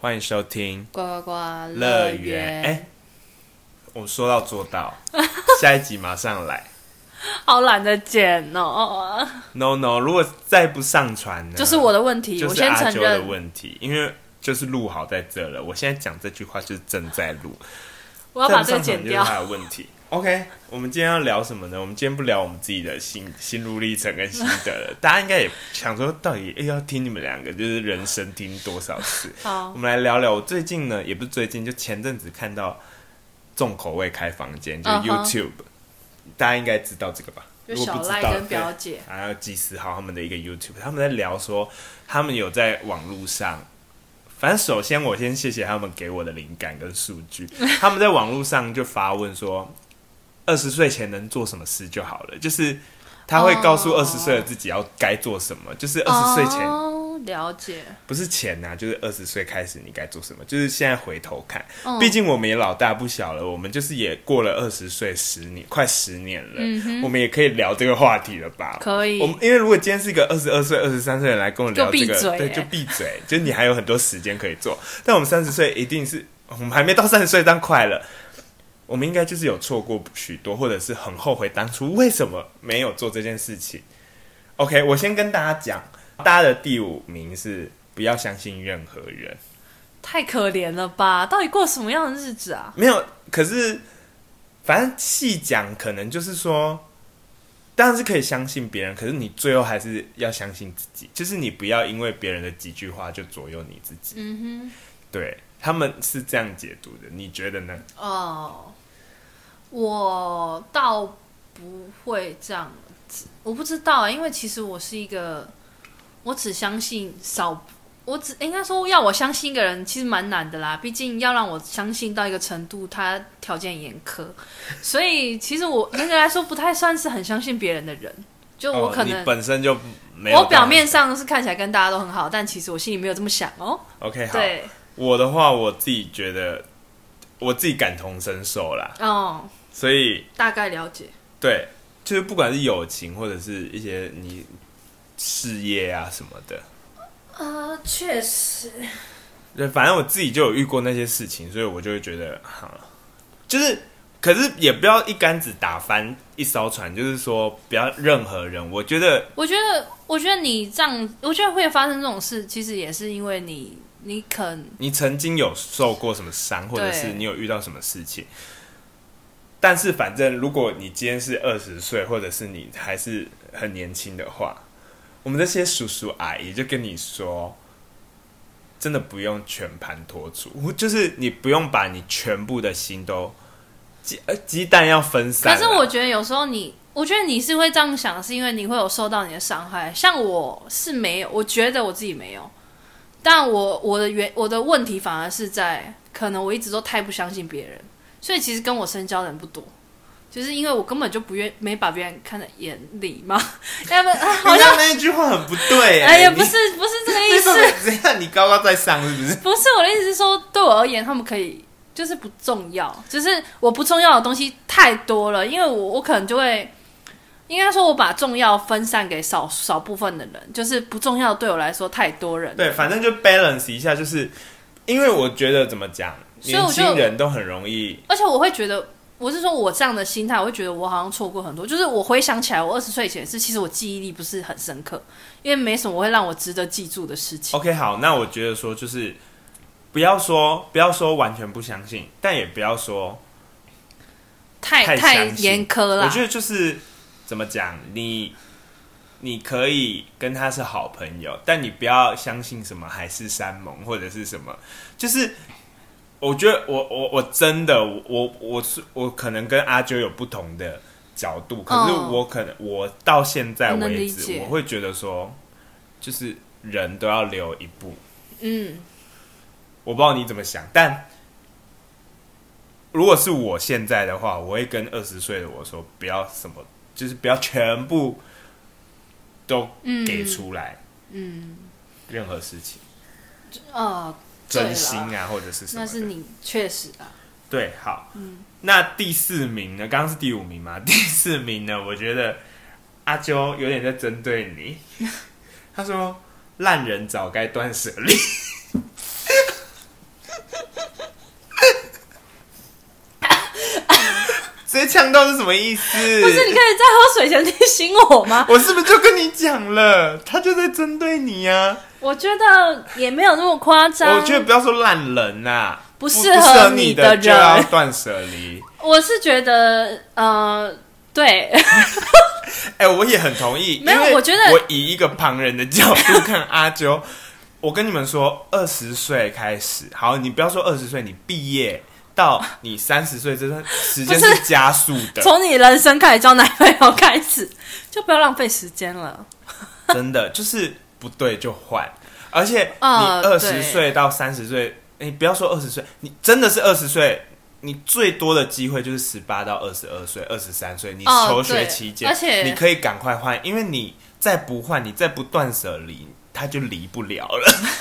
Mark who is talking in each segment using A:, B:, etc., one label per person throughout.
A: 欢迎收听
B: 呱呱呱
A: 乐园。哎、我说到做到， 下一集马上来。
B: 好懒得剪哦，
A: No No，如果再不上传呢，
B: 就是我的问题，
A: 就
B: 我
A: 是
B: 先
A: 阿
B: 承
A: 啾的
B: 认，
A: 问题，因为就是录好在这了。我现在讲这句话就是正在录，
B: 我要
A: 再
B: 把
A: 不
B: 这个
A: 上传
B: 剪
A: 就是
B: 掉。
A: 他的问题。OK，我们今天要聊什么呢？我们今天不聊我们自己的心心路历程跟心得 了，大家应该也想说，到底哎要听你们两个就是人生听多少次？
B: 好
A: 我，们来聊聊，我最近呢，也不是最近，就前阵子看到重口味开房间，就是
B: 嗯哼
A: YouTube，、大家应该知道这个吧？
B: 就
A: 如果不
B: 小
A: 知
B: 赖
A: 道
B: 跟表
A: 对
B: 姐，
A: 还有纪思豪他们的一个 YouTube，他们在聊说他们有在网络上，反正首先我先谢谢他们给我的灵感跟数 据，他们在网络上就发问说，二十岁前能做什么事就好了，就是他会告诉
B: 哦
A: 二十岁的自己要该做什么，就是二十岁前
B: 哦，了解，
A: 不是钱呐、啊就是二十岁开始你该做什么，就是现在回头看，
B: 嗯
A: 毕竟我们也老大不小了，我们就是也过了二十岁十年，快十年了，我们也可以聊这个话题了吧？
B: 嗯可以
A: 我们因为如果今天是一个二十二岁、二十三岁的人来跟我聊
B: 就闭
A: 这个，
B: 嘴
A: 对，
B: 欸
A: 就闭嘴，就是你还有很多时间可以做。但我们三十岁一定是我们还没到三十岁，但快了。我们应该就是有错过许多，或者是很后悔当初为什么没有做这件事情。OK，我先跟大家讲，大家的第五名是不要相信任何人。
B: 太可怜了吧？到底过什么样的日子啊？
A: 没有，可是反正细讲，可能就是说，当然是可以相信别人，可是你最后还是要相信自己，就是你不要因为别人的几句话就左右你自己。
B: 嗯
A: 对他们是这样解读的，你觉得呢？
B: 哼，哦，我倒不会这样子，我不知道、啊，因为其实我是一个，我只相信少。我只应该说，要我相信一个人其实蛮难的啦，毕竟要让我相信到一个程度，他条件严苛，所以其实我严格来说不太算是很相信别人的人。就我可
A: 哦、
B: 能
A: 你本身就没有这样。
B: 我表面上是看起来跟大家都很好，但其实我心里没有这么想哦。
A: OK 好，
B: 对，
A: 我的话我自己觉得，我自己感同身受啦，
B: 哦，
A: 所以
B: 大概了解。
A: 对，就是不管是友情或者是一些你事业啊什么的，
B: 呃，确实，
A: 对，反正我自己就有遇过那些事情，所以我就会觉得，哈，就是，可是也不要一竿子打翻一艘船，就是说不要任何人。我觉得
B: 我觉得，我觉得你这样，我觉得会发生这种事，其实也是因为你，你肯，
A: 你曾经有受过什么伤，或者是
B: 对
A: 你有遇到什么事情，但是反正如果你今天是二十岁，或者是你还是很年轻的话，我们这些叔叔阿姨就跟你说。真的不用全盘托出，就是你不用把你全部的心都鸡呃鸡蛋要分散
B: 可
A: 啊。
B: 是我觉得有时候你，我觉得你是会这样想，是因为你会有受到你的伤害。像我是没有，我觉得我自己没有，但我我的原我的问题反而是在，可能我一直都太不相信别人，所以其实跟我深交的人不多。就是因为我根本就不愿没把别人看在眼里嘛，要不啊好
A: 好
B: 像
A: 像那一句话很不对、欸
B: 哎呀
A: 你
B: 不是不是这个意
A: 你怎
B: 思
A: 么，怎样？你高高在上是不是？
B: 不是我的意思是说，对我而言，他们可以就是不重要，就是我不重要的东西太多了，因为我我可能就会，应该说我把重要分散给少少部分的人，就是不重要对我来说太多人。
A: 对，反正就 balance 一下，就是因为我觉得怎么讲，
B: 所以
A: 年
B: 我就
A: 轻人都很容易，
B: 而且我会觉得，我是说我这样的心态，我会觉得我好像错过很多。就是我回想起来，我二十岁以前的事，其实我记忆力不是很深刻，因为没什么会让我值得记住的事情。
A: OK，好，那我觉得说就是不要说不要说完全不相信，但也不要说，
B: 太
A: 太
B: 太
A: 详细
B: 严苛
A: 我
B: 啦
A: 觉。得就是怎么讲，你你可以跟他是好朋友，但你不要相信什么海誓山盟或者是什么，就是。我觉得我我我真的我我我是我可能跟阿啾有不同的角度，可是
B: 嗯
A: 我可能、我到现在
B: 我能
A: 为
B: 理
A: 止，
B: 解
A: 我会觉得说，就是人都要留一步，
B: 嗯，
A: 我不知道你怎么想，但如果是我现在的话，我会跟二十岁的我说，不要什么，就是不要全部都给出来，嗯，任何事情，
B: 呃，对啦
A: 真心啊，或者是什么的，
B: 那是你确实啊。
A: 对，好，
B: 嗯
A: 那第四名呢？刚刚是第五名嘛？ 第四名呢？我觉得阿啾有点在针对 你， 他说烂人早该断舍离。呛到是什么意思？
B: 不是，你可以在喝水前提醒我吗？
A: 我是不是就跟你讲了？他就在针对你呀、
B: 我觉得也没有那么夸张。
A: 我觉得不要说烂人啦、
B: 不
A: 不
B: 适合
A: 合
B: 你的
A: 的就要
B: 人
A: 断舍离。
B: 我是觉得，呃，对，
A: 哎、我也很同意。
B: 没有
A: 因为
B: 我觉得
A: 我以一个旁人的角度看阿啾， 我跟你们说，二十岁开始，好，你不要说二十岁，你毕业到你三十岁这段时间
B: 不是
A: 是加速的，
B: 从你人生开始交男朋友开始，就不要浪费时间了。
A: 真的就是不对就换，而且你
B: 啊
A: 二十
B: 对
A: 岁到三十岁，你不要说二十岁，你真的是二十岁。你最多的机会就是十八到二十二岁、二十三岁，你
B: 哦
A: 求学
B: 对
A: 期间，
B: 而且
A: 你可以赶快换，因为你再不换，你再不断舍离，他就离不了了。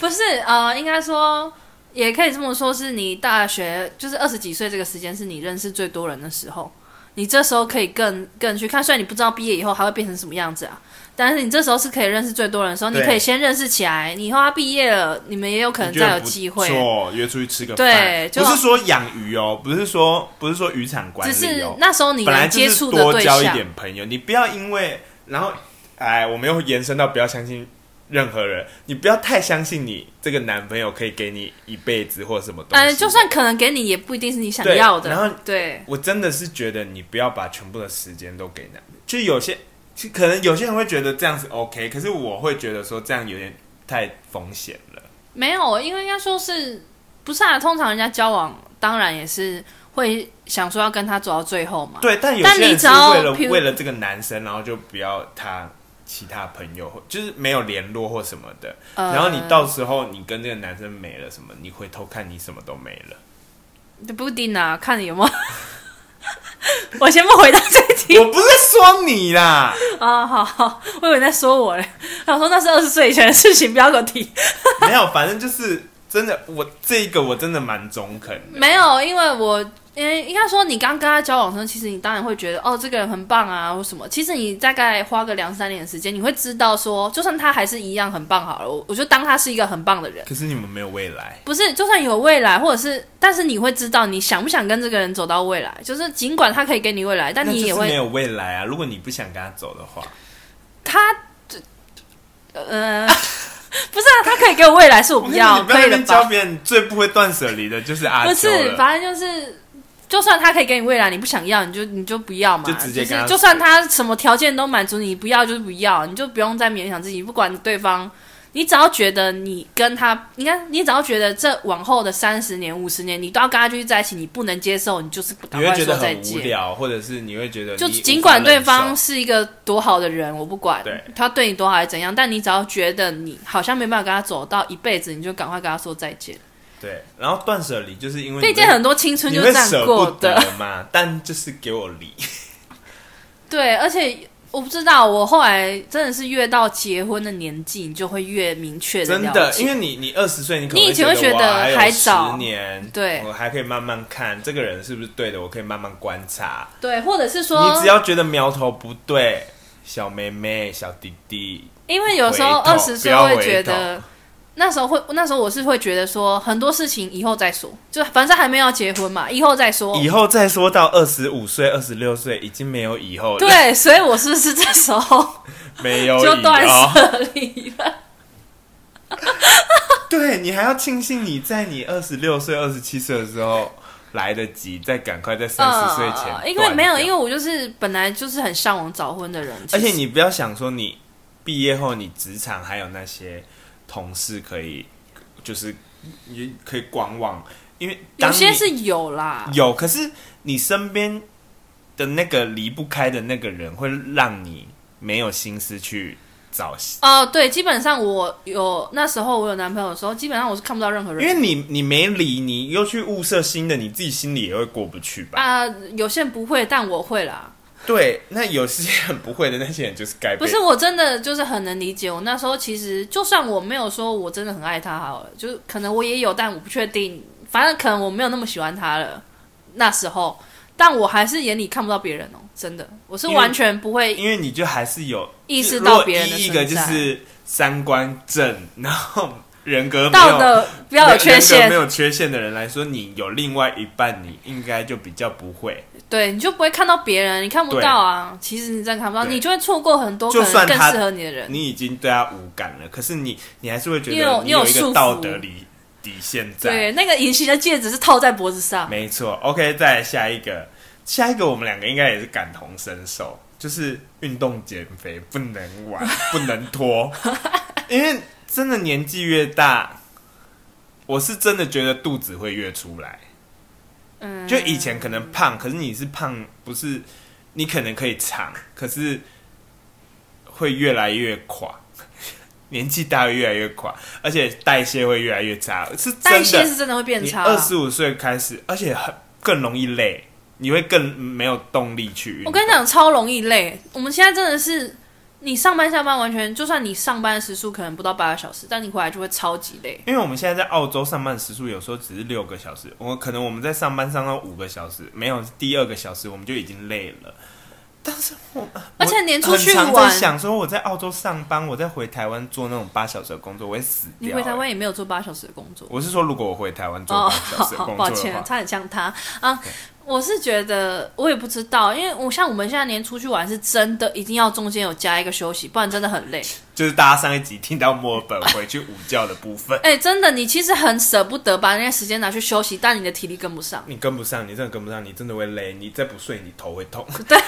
B: 不是，呃，应该说，也可以这么说，是你大学就是二十几岁这个时间，是你认识最多人的时候。你这时候可以更更去看，虽然你不知道毕业以后还会变成什么样子啊，但是你这时候是可以认识最多人的时候，你
A: 对
B: 可以先认识起来。你以后他毕业了，你们也有可能再有机会。
A: 做约出去吃个饭，
B: 对就
A: 不是说养鱼哦，不是说不是说渔场管
B: 只
A: 理
B: 是
A: 哦，
B: 那时候你
A: 本来
B: 能
A: 就
B: 接
A: 是
B: 触的
A: 多
B: 对
A: 交一
B: 象，
A: 点朋友，你不要因为然后哎，我们又延伸到不要相信任何人，你不要太相信你这个男朋友可以给你一辈子或什么东西。
B: 呃，就算可能给你，也不一定是你想
A: 对
B: 要的。
A: 然后
B: 对，
A: 我真的是觉得你不要把全部的时间都给男，就有些就可能有些人会觉得这样是 OK，可是我会觉得说这样有点太风险了。
B: 没有，因为应该说是不是啊？通常人家交往，当然也是会想说要跟他走到最后嘛。
A: 对，但有
B: 但
A: 些
B: 你
A: 人是
B: 只要
A: 为了
B: 譬如
A: 为了这个男生，然后就不要他其他朋友，或就是没有联络或什么的。
B: 呃
A: 然后你到时候你跟这个男生没了什么，你回头看你什么都没了。
B: 不一定啊，看你有没 有。我先不回答这题
A: 我不是说你啦，
B: 啊、好好，我以为你在说我嘞。我想说那是二十岁以前的事情，不要给我提。
A: 没有，反正就是真的，我这个我真的蛮中肯的。
B: 没有，因为我，因为应该说你刚跟他交往的时候，其实你当然会觉得哦，这个人很棒啊，或什么。其实你大概花个两三年的时间，你会知道说，就算他还是一样很棒好了，我我就当他是一个很棒的人。
A: 可是你们没有未来，
B: 不是，就算有未来，或者是，但是你会知道你想不想跟这个人走到未来。就是尽管他可以给你未来，但
A: 那
B: 你
A: 就
B: 也
A: 是没
B: 会
A: 有未来啊。如果你不想跟他走的话，
B: 他，呃， 不是啊，他可以给我未来，是我
A: 我
B: 不
A: 跟你讲
B: 要，
A: 你不要
B: 可
A: 在那
B: 以了
A: 边教
B: 吧？
A: 别人最不会断舍离的就是阿
B: 不
A: 秋
B: 是，
A: 了。
B: 反正就是。就算他可以给你未来，你不想要，你就你就不要嘛。
A: 就直接跟
B: 是
A: 他
B: 就算他什么条件都满足你，不要就是不要，你就不用再勉强自己。不管对方，你只要觉得你跟他，你看，你只要觉得这往后的三十年、五十年，你都要跟他继续在一起，你不能接受，你就是赶
A: 你会
B: 快
A: 觉
B: 说
A: 得
B: 再
A: 很无
B: 见。
A: 聊，或者是你会觉得
B: 就
A: 你无
B: 尽
A: 法
B: 管对
A: 忍
B: 方
A: 受
B: 是一个多好的人，我不管
A: 对
B: 他对你多好还是怎样，但你只要觉得你好像没办法跟他走到一辈子，你就赶快跟他说再见。
A: 对，然后断舍离就是因为
B: 毕
A: 你
B: 竟
A: 会
B: 很多青春
A: 你
B: 就
A: 会
B: 是这样
A: 舍不
B: 过的，
A: 得嘛，但就是给我 离，
B: 对，而且。我不知道，我后来真的是越到结婚的年纪，你就会越明确的
A: 真
B: 了
A: 的，
B: 解。
A: 因为你你二十岁，你可
B: 你
A: 能
B: 以前会觉
A: 哇
B: 得
A: 还有
B: 还早
A: 十年，
B: 对
A: 我还可以慢慢看这个人是不是对的，我可以慢慢观察。
B: 对，或者是说，
A: 你只要觉得苗头不对，小妹妹、小弟弟，
B: 因为有时候
A: 回头
B: 二十岁
A: 不要
B: 会
A: 回
B: 觉
A: 头
B: 得，那时候会，那时候我是会觉得说，很多事情以后再说，就反正还没有结婚嘛，以后再说。
A: 以后再说到二十五岁、二十六岁，已经没有以后了，，
B: 对，所以我是不是这 时候
A: 没有
B: 就
A: 以
B: 断
A: 哦后。
B: 舍离了？
A: 对你还要庆幸你在你二十六岁、二十七岁的时候来得及，再赶快在三十岁前断掉、
B: 啊嗯因为没有，因为我就是本来就是很向往早婚的人，
A: 而且
B: 其实
A: 你不要想说你毕业后你职场还有那些同事可以，就是你可以观望，因为当
B: 有些
A: 你
B: 是有啦，
A: 有，可是你身边的那个离不开的那个人，会让你没有心思去找，
B: 哦、对，基本上我有那时候我有男朋友的时候，基本上我是看不到任何
A: 因为
B: 人。
A: 你你没理，你又去物色新的，你自己心里也会过不去吧？
B: 啊、有些人不会，但我会啦。
A: 对，那有些很不会的那些人就是该被
B: 不是，我真的就是很能理解。我那时候其实，就算我没有说我真的很爱他好了，就是可能我也有，但我不确定。反正可能我没有那么喜欢他了，那时候，但我还是眼里看不到别人哦，真的，我是
A: 因为
B: 完全不会
A: 因为你就还是有
B: 意识到别人
A: 如
B: 的
A: 果一一
B: 存
A: 个
B: 在。
A: 就是三观正，然后人格没有
B: 道德不要有缺
A: 人格
B: 陷
A: 没，有缺陷的人来说，你有另外一半，你应该就比较不会。
B: 对，你就不会看到别人，你看不
A: 对
B: 到啊。其实你真的看不到，
A: 对
B: 你就会错过很多可
A: 就
B: 能
A: 算
B: 更
A: 他
B: 适合你的人。
A: 你已经对他无感了，可是你你还是会觉
B: 你有
A: 得
B: 你有
A: 一
B: 束
A: 个
B: 缚
A: 道德底底线在。
B: 对，那个隐形的戒指是套在脖子上，
A: 没错，OK，再来下一个，下一个我们两个应该也是感同身受，就是运动减肥不能 玩，不能拖，因为真的年纪越大，我是真的觉得肚子会越出来。
B: 嗯，
A: 就以前可能胖，可是你是胖，不是你可能可以长，可是会越来越垮，年纪大会越来越垮，而且代谢会越来越差，是真的。
B: 代谢是真的会变
A: 你
B: 差、
A: 二十五岁开始，而且很更容易累，你会更没有动力去运动。
B: 我跟你讲，超容易累。我们现在真的是，你上班下班完全，就算你上班时数可能不到八个小时，但你回来就会超级累。
A: 因为我们现在在澳洲上班时数有时候只是六个小时，我可能我们在上班上到五个小时，没有第二个小时我们就已经累了。但是我
B: 而且连出去
A: 我很常在
B: 玩，
A: 想说我在澳洲上班，我再回台湾做那种八小时的工作，我会死掉、欸
B: 你回台湾，也没有做八小时的工作。
A: 我是说如果我回台湾做
B: 哦，
A: 八小
B: 好
A: 时的
B: 好，
A: 工
B: 抱
A: 作的
B: 歉，
A: 话，
B: 差点像他啊。我是觉得，我也不知道，因为我像我们现在连出去玩是真的一定要中间有加一个休息，不然真的很累。
A: 就是大家上一集听到墨尔本回去午觉的部分，
B: 哎、真的，你其实很舍不得把那些时间拿去休息，但你的体力跟不上，
A: 你跟不上，你真的跟不上，你真的会累，你再不睡你头会 痛。
B: 你懂吗？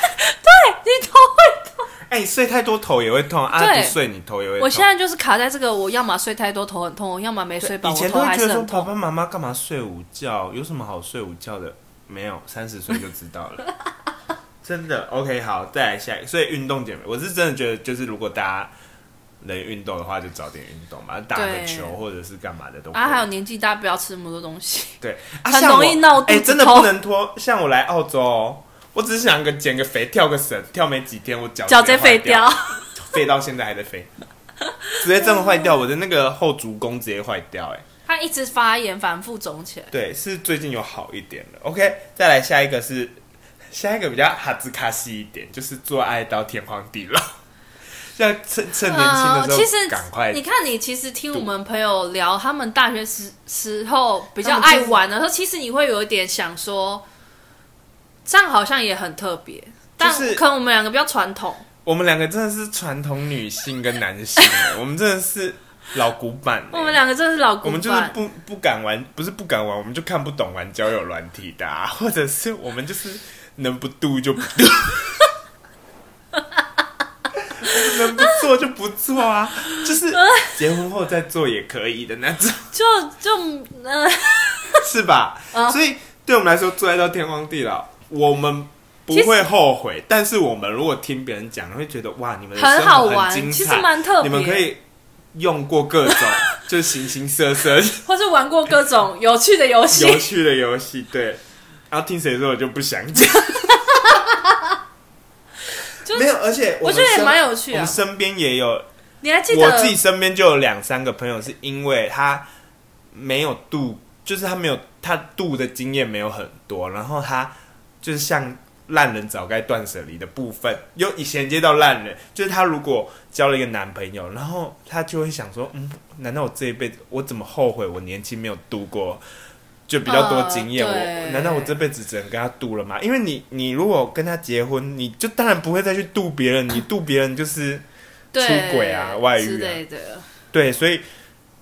A: 哎、你睡太多头也会痛啊，
B: 对
A: 不睡你头也会痛。
B: 我现在就是卡在这个，我要么睡太多头很痛，我要么没睡饱
A: 以
B: 我
A: 前
B: 头
A: 都会
B: 还
A: 觉
B: 是
A: 得说
B: 很
A: 爸
B: 痛。
A: 爸妈妈干嘛睡午觉，有什么好睡午觉的？没有，三十岁就知道 了。真的，OK，好，再来下一个。所以运动减肥，我是真的觉得，就是如果大家能运动的话，就早点运动吧，打个
B: 对
A: 球或者是干嘛的都可以。
B: 啊，还有年纪大不要吃那么多东 西，
A: 对，啊、
B: 很
A: 像我
B: 容易闹肚
A: 哎、
B: 子
A: 真的
B: 痛
A: 不能拖。像我来澳洲、哦，我只是想个减个肥，跳个绳，跳没几天，我脚
B: 脚
A: 脚
B: 直接废掉。
A: 废到现在还在废，直接这么坏掉，我的那个后足弓直接坏掉、哎。
B: 它一直发炎，反复肿起来。
A: 对，是最近有好一点了。OK，再来下一个是下一个比较哈兹卡西一点，就是做爱到天荒地老，要趁趁 年轻的时候，
B: 啊呃其实
A: 赶快
B: 你看，你其实听我们朋友聊，他们大学时时候比较爱玩的时候，其实你会有一点想说，这样好像也很特别，但
A: 就是
B: 可能我们两个比较传统。
A: 我们两个真的是传统女性跟男性，我们真的是老古板。 欸
B: 我们两个真的是老古板，
A: 我们就是不不敢玩，不是不敢玩，我们就看不懂玩交友软体的、啊， 或者是我们就是能不度就不度，我们 能不做就不做啊，就是结婚后再做也可以的那种，
B: 就就嗯、
A: 是吧？
B: 嗯
A: 所以对我们来说，做爱到天荒地老，我们。不会后悔，但是我们如果听别人讲，会觉得哇，你们的生
B: 很好
A: 活
B: 玩，
A: 精
B: 其实
A: 彩，
B: 蛮特
A: 你
B: 别。
A: 们可以用过各种， 就是形形色色，
B: 或是玩过各种有趣的游戏，
A: 有趣的游戏，对。然后听谁说我就不想讲，
B: 就
A: 没
B: 是
A: 有，而且
B: 我
A: 们
B: 觉得也
A: 身
B: 蛮有趣
A: 我
B: 啊
A: 们。身边也有，
B: 你还记
A: 我
B: 得
A: 自己身边就有两三个朋友是因为他没有度，就是他没有他度的经验没有很多，然后他就是像烂人早该断舍离的部分，又以衔接到烂人，就是他如果交了一个男朋友，然后他就会想说，嗯，难道我这一辈子我怎么后悔我年轻没有度过？就比较多经验，
B: 呃对
A: 我难道我这辈子只能跟他度了吗？因为你，你如果跟他结婚，你就当然不会再去度别人，你度别人就是
B: 对
A: 出轨啊外遇啊
B: 之类的？
A: 对，所以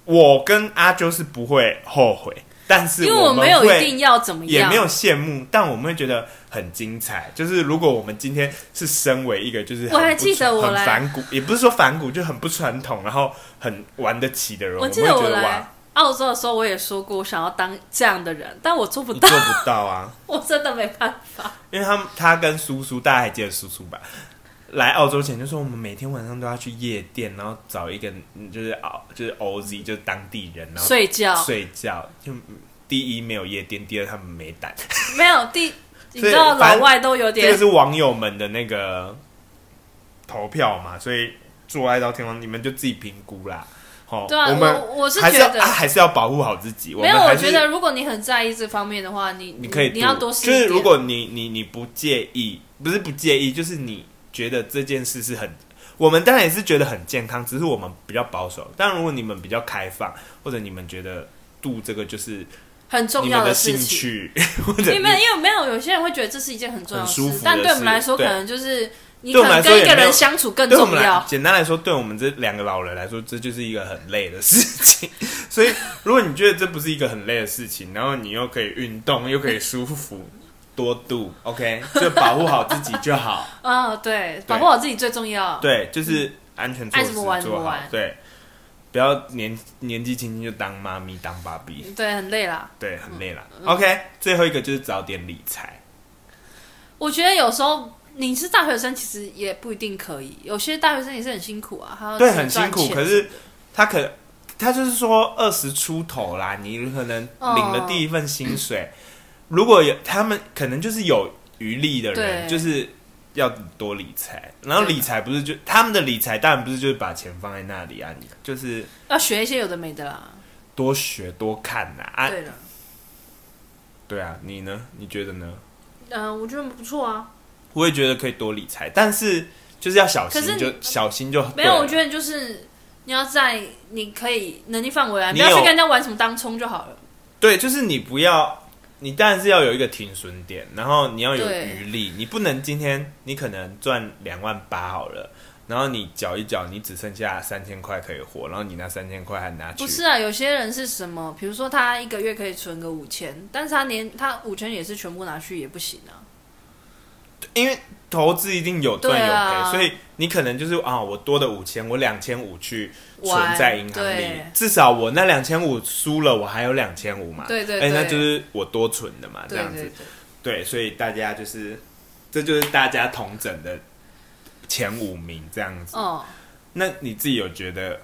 A: 我跟阿啾是不会后悔，但是
B: 因为
A: 我
B: 我
A: 们
B: 没有一
A: 会
B: 定要怎么样，
A: 也没有羡慕，但我们会觉得很精彩。就是如果我们今天是身为一个就是很
B: 我还
A: 不
B: 记得
A: 传
B: 我
A: 很
B: 来
A: 反骨，也不是说反骨，就很不传统，然后很玩得起的人，我
B: 我
A: 们
B: 记
A: 会
B: 得
A: 觉得
B: 我来
A: 哇，
B: 澳洲的时候，我也说过我想要当这样的人，但我做不
A: 你
B: 到
A: 做，不到啊。
B: 我真的没办法。
A: 因为他们他跟叔叔，大家还记得叔叔吧？来澳洲前就说我们每天晚上都要去夜店，然后找一个嗯就是澳就是 OZ 就是当地人，然后
B: 睡觉
A: 睡觉就嗯第一没有夜店，第二他们没 胆，
B: 没有第，
A: 以
B: 你知道
A: 反
B: 老
A: 正
B: 外都有
A: 这个
B: 点
A: 是网友们的那个投票嘛，所以做爱到天荒，你们就自己评估啦。好，
B: 对啊。
A: 我们
B: 我我是
A: 还
B: 觉
A: 是要
B: 得
A: 啊还是要保护好自己。
B: 没有，
A: 们
B: 我
A: 还是
B: 觉得如果你很在意这方面的话，你
A: 你可以
B: 你要
A: 读
B: 多试一
A: 就是
B: 点
A: 如果你你你不介意，不是不介意，就是你觉得这件事是很我们当然也是觉得很健康，只是我们比较保守。但如果你们比较开放，或者你们觉得度这个就是
B: 很重
A: 你
B: 要
A: 们的兴
B: 事情。
A: 趣， 或者
B: 因为因为没有有些人会觉得这是一件很重要的
A: 很舒服的
B: 事，但对我们
A: 事
B: 来说，可
A: 对
B: 能就是你
A: 对
B: 可
A: 我们来
B: 能
A: 说
B: 跟一
A: 也
B: 个
A: 没有
B: 人相处更
A: 对我
B: 重
A: 们来
B: 要。
A: 简单来说，对我们这两个老人来说，这就是一个很累的事情。 所以，如果你觉得这不是一个很累的事情，然后你又可以运动，又可以舒服，多度，OK，就保护好自己就 好。
B: 嗯、对，保护好自己最重要。
A: 对，就是安全措
B: 爱
A: 施
B: 怎么玩怎
A: 做
B: 么
A: 好
B: 玩。
A: 对，不要年年纪轻轻就当妈咪当爸比，
B: 对，很累啦。
A: 对，很累了。OK，最
B: 嗯
A: 后一个就是早点理财。
B: 我觉得有时候你是大学生，其实也不一定可以。有些大学生也是很辛苦啊，还要
A: 对，
B: 自己
A: 很辛
B: 赚
A: 苦，
B: 钱
A: 可是他可他就是说二十出头啦，你可能
B: 哦
A: 领了第一份薪水，如果有他们可能就是有余力的人，
B: 对
A: 就是要多理财。然后
B: 对
A: 理财不是就他们的理财当然不是就是把钱放在那里啊，你就是
B: 要学一些有的没的啦。
A: 多学多看呐啊，
B: 对了，
A: 对啊，你呢？你觉得呢？
B: 嗯、我觉得不错啊。
A: 我也觉得可以多理财，但是就是要小心
B: 可是你
A: 就，小心就
B: 没有，我
A: 对
B: 觉得就是你要在你可以能力范围内，
A: 你
B: 不要去
A: 有
B: 跟人家玩什么当冲就好了。
A: 对，就是你不要，你当然是要有一个停损点，然后你要有
B: 对
A: 余力，你不能今天你可能赚两万八好了，然后你缴一缴，你只剩下三千块可以活，然后你那三千块还拿去
B: 不是啊，有些人是什么？比如说他一个月可以存个五千，但是他年他五千也是全部拿去也不行啊。
A: 因为投资一定有赚有赔，
B: 对啊
A: 所以你可能就是啊，我多的五千，我两千五去存
B: 玩
A: 在银行里
B: 对，
A: 至少我那两千五输了，我还有两千五嘛。
B: 对对
A: 哎、
B: 对
A: 那就是我多存的嘛，这
B: 对
A: 样子。
B: 对对，
A: 对，所以大家就是，这就是大家同整的前五名这样子。
B: 哦、
A: 那你自己有觉得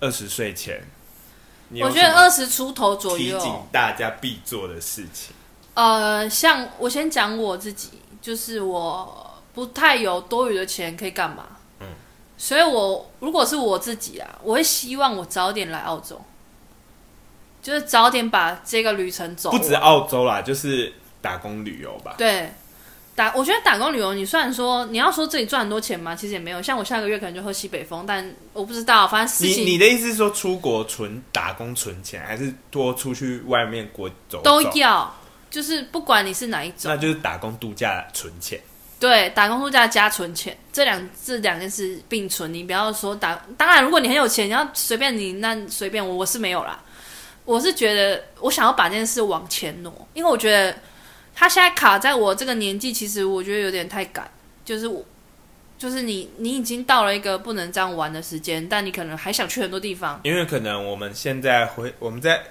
A: 二十岁前，你有
B: 我觉得
A: 什么
B: 二十出头左
A: 提醒
B: 右，
A: 大家必做的事情？
B: 呃，像我先讲我自己，就是我不太有多余的钱可以干嘛。
A: 嗯
B: 所以我如果是我自己啊，我会希望我早点来澳洲，就是早点把这个旅程走
A: 不
B: 完。
A: 止啊澳洲啦，就是打工旅游吧。
B: 对，打我觉得打工旅游，你虽然说你要说自己赚很多钱嘛，其实也没有。像我下个月可能就喝西北风，但我不知道，反正事
A: 你你
B: 情
A: 的意思是说出国存打工存钱，还是多出去外面国走走
B: 都？要，就是不管你是哪一种
A: 那，就是打工度假存钱。
B: 对，打工度假加存钱，这两这两件事并存。你不要说打，当然如果你很有钱，你要随便你那随便我，我是没有啦。我是觉得我想要把这件事往前挪，因为我觉得他现在卡在我这个年纪，其实我觉得有点太赶，就是我。就是你，你已经到了一个不能这样玩的时间，但你可能还想去很多地方。
A: 因为可能我们现在回我们在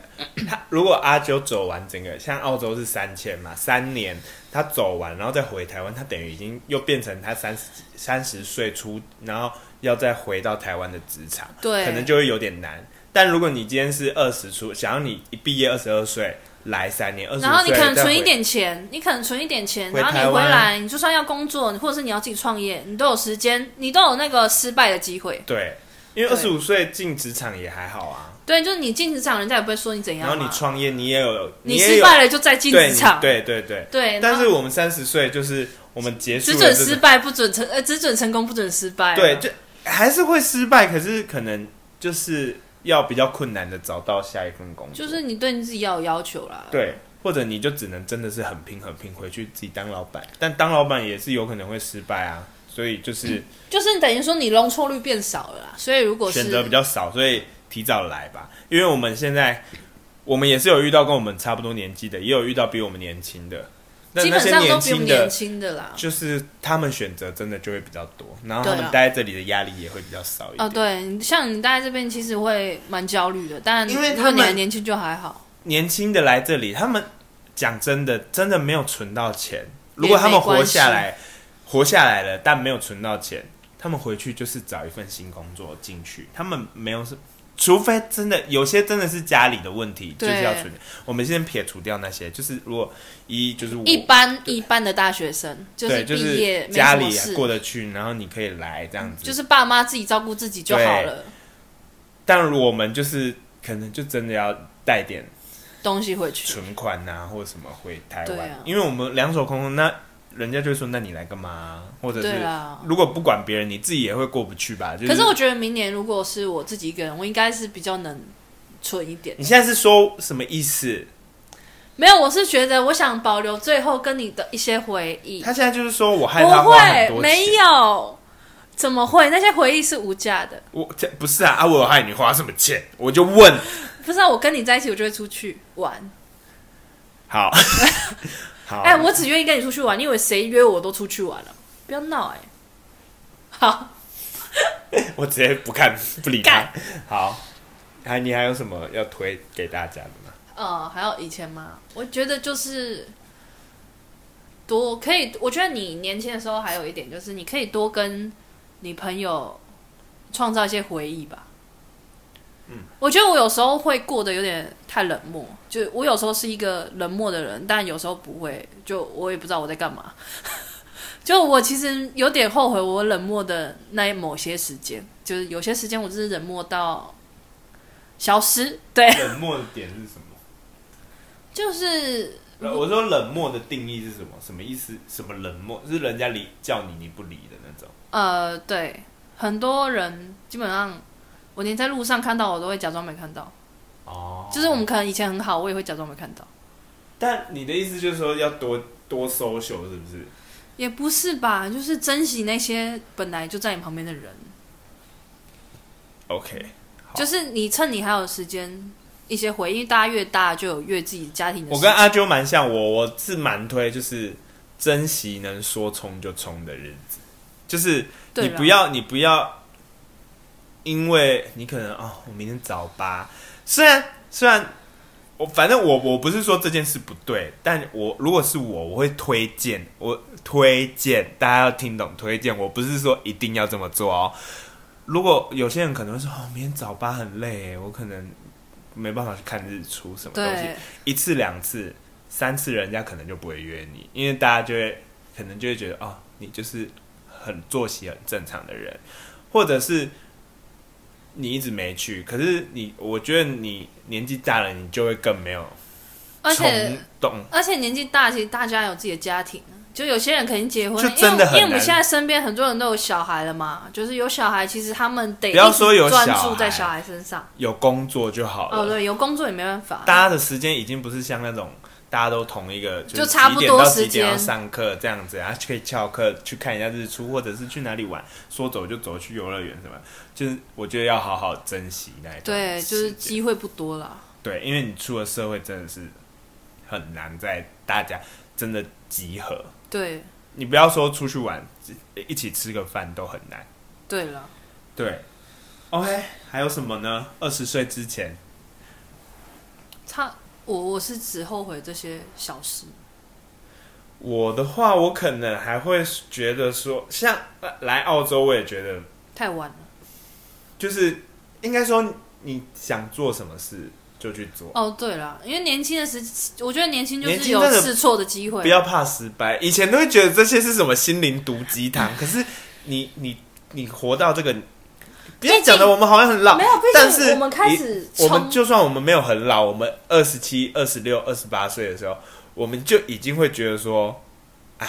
A: 他如果阿九走完整个，像澳洲是三千嘛，三年他走完，然后再回台湾，他等于已经又变成他三十三十岁出，然后要再回到台湾的职场，
B: 对
A: 可能就会有点难。但如果你今天是二十出，想要你一毕业二十二岁来三年，二十
B: 然后你可能存一
A: 点。
B: 点钱，你可能存一点钱，
A: 回
B: 然后你
A: 台湾
B: 回来，你就算要工作，或者是你要自己创业，你都有时间，你都有那个失败的机会。
A: 对，因为二
B: 对
A: 十五岁进职场也还好啊，
B: 对，就是你进职场，人家也不会说你怎样
A: 然
B: 嘛。
A: 后你创业你也有，
B: 你
A: 也
B: 失
A: 有
B: 败了就再进
A: 对
B: 职
A: 你
B: 场。
A: 对对对。
B: 对，
A: 但是
B: 然后
A: 我们三十岁就是我们结束
B: 只
A: 了
B: 准
A: 这
B: 失
A: 个，
B: 败不准成，呃，只准成功不准失败啊。
A: 对，就还是会失败，可是可能就是要比较困难的找到下一份工作，
B: 就是你对你自己要有要求啦。
A: 对。或者你就只能真的是很拼很拼，回去自己当老板，但当老板也是有可能会失败啊，所以就是
B: 就是等于说你容错率变少了啦，所以如果嗯是
A: 选择比较少，所以提早来吧。因为我们现在，我们也是有遇到跟我们差不多年纪的，也有遇到比我们年轻的，但
B: 基
A: 那
B: 本
A: 些
B: 上都
A: 年
B: 比我
A: 轻
B: 们
A: 的
B: 年轻的啦。
A: 就是他们选择真的就会比较多，然后他
B: 对
A: 们
B: 啊
A: 待在这里的压力也会比较少一点。
B: 哦，对，你像你待在这边其实会蛮焦虑的，但
A: 因为
B: 如
A: 他
B: 果你
A: 们
B: 很年轻就还好。
A: 年轻的来这里，他们讲真的，真的没有存到钱。如
B: 也
A: 果他们
B: 没关
A: 活下
B: 系
A: 来，活下来了，但没有存到钱，他们回去就是找一份新工作进去。他们没有是，除非真的有些真的是家里的问题，就
B: 对
A: 是要存钱。我们先撇除掉那些，就是如果一就是我
B: 一般一般的大学生就
A: 对，
B: 是
A: 就
B: 毕业
A: 是
B: 没
A: 家
B: 什么
A: 里啊
B: 事，嗯
A: 过得去，然后你可以来这样子。
B: 就是爸妈自己照顾自己就好了，
A: 但如果我们就是可能就真的要带点
B: 东西回去。
A: 存款啊，或者什么回台
B: 对
A: 湾，
B: 啊
A: 因为我们两手空空，那人家就会说那你来干嘛？或者
B: 对
A: 是
B: 啦
A: 如果不管别人，你自己也会过不去吧？就
B: 可是我觉得明年如果是我自己一个人，我应该是比较能存一点。
A: 你现在是说什么意思？
B: 没有，我是觉得我想保留最后跟你的一些回忆。
A: 他现在就是说我害他
B: 不
A: 花很
B: 会，
A: 多钱，
B: 没有，怎么会？那些回忆是无价的。
A: 我这不是啊啊！我有害你花什么钱？我就问，
B: 不是、啊、我跟你在一起，我就会出去玩。
A: 好，好，
B: 哎、我只愿意跟你出去玩，你以为谁约我都出去玩了、不要闹哎、好，
A: 我直接不看不理他
B: 干。
A: 好，还你还有什么要推给大家的吗？
B: 呃，还有以前吗？我觉得就是多可以，我觉得你年轻的时候还有一点就是，你可以多跟你朋友创造一些回忆吧。嗯，我觉得我有时候会过得有点太冷漠，就是我有时候是一个冷漠的人，但有时候不会，就我也不知道我在干嘛。 就我其实有点后悔我冷漠的那某些时间，就是有些时间我真是冷漠到消失，对，
A: 冷漠的点是什么？
B: 就是
A: 呃我说冷漠的定义是什么？什么意思？什么冷漠？是人家理叫你你不理的那种。
B: 呃，对，很多人基本上，我连在路上看到我都会假装没看到，
A: 哦
B: 就是我们可能以前很好，我也会假装没看到，
A: 但你的意思就是说要多多 social 是不是？
B: 也不是吧，就是珍惜那些本来就在你旁边的人，
A: OK，好
B: 就是你趁你还有时间，一些回忆，因为大家越大就有越自己家庭的
A: 我
B: 事
A: 跟
B: 情。
A: 阿啾蛮像，我我是蛮推就是珍惜能说冲就冲的日子，就是
B: 对
A: 你
B: 啦
A: 不要你不要，因为你可能哦，我明天早八，虽然虽然我反正我我不是说这件事不对，但我如果是我，我会推荐我推荐大家要听懂推荐，我不是说一定要这么做哦。如果有些人可能会说哦，明天早八很累，我可能没办法去看日出什么东西
B: 对，，
A: 一次两次、三次，人家可能就不会约你，因为大家就会可能就会觉得哦，你就是很作息很正常的人，或者是你一直没去，可是你我觉得你年纪大了，你就会更没有
B: 而且
A: 冲动。
B: 而且年纪大，其实大家有自己的家庭，就有些人肯定结婚了，
A: 就真的
B: 因为
A: 很
B: 因为我们
A: 难
B: 现在身边很多人都有小孩了嘛，就是有小孩，其实他们得
A: 不要
B: 一直
A: 说有
B: 专
A: 小
B: 注在
A: 孩
B: 小孩身上。
A: 有工作就好了，
B: 哦，对，有工作也没办法。
A: 大家的时间已经不是像那种大家都同一个，
B: 就是差不
A: 几
B: 多
A: 点到几
B: 时间
A: 点要上课这样子，然后可以翘课去看一下日出，或者是去哪里玩，说走就走去游乐园什么，就是我觉得要好好珍惜那一段
B: 对，就
A: 时
B: 是
A: 间
B: 机会不多啦。
A: 对，因为你出了社会真的是很难在大家真的集合，
B: 对，
A: 你不要说出去玩，一起吃个饭都很难。
B: 对了，
A: 对，OK，还有什么呢？二十岁之前，
B: 差我我是只后悔这些小事。
A: 我的话，我可能还会觉得说，像呃来澳洲，我也觉得
B: 太晚了
A: 就是应该说，你想做什么事就去做，
B: 哦，对了，因为年轻的时，我觉得年轻就
A: 年
B: 是
A: 轻
B: 有
A: 真的
B: 试错的机会。
A: 不要怕失败。以前都会觉得这些是什么心灵毒鸡 汤，可是你你你活到这个，不要讲的我们好像很老
B: 没有，，
A: 但
B: 毕
A: 是
B: 竟我们开
A: 你
B: 始
A: 我们
B: 冲，
A: 就算我们没有很老，我们二十七、二十六、二十八岁的时候，我们就已经会觉得说啊，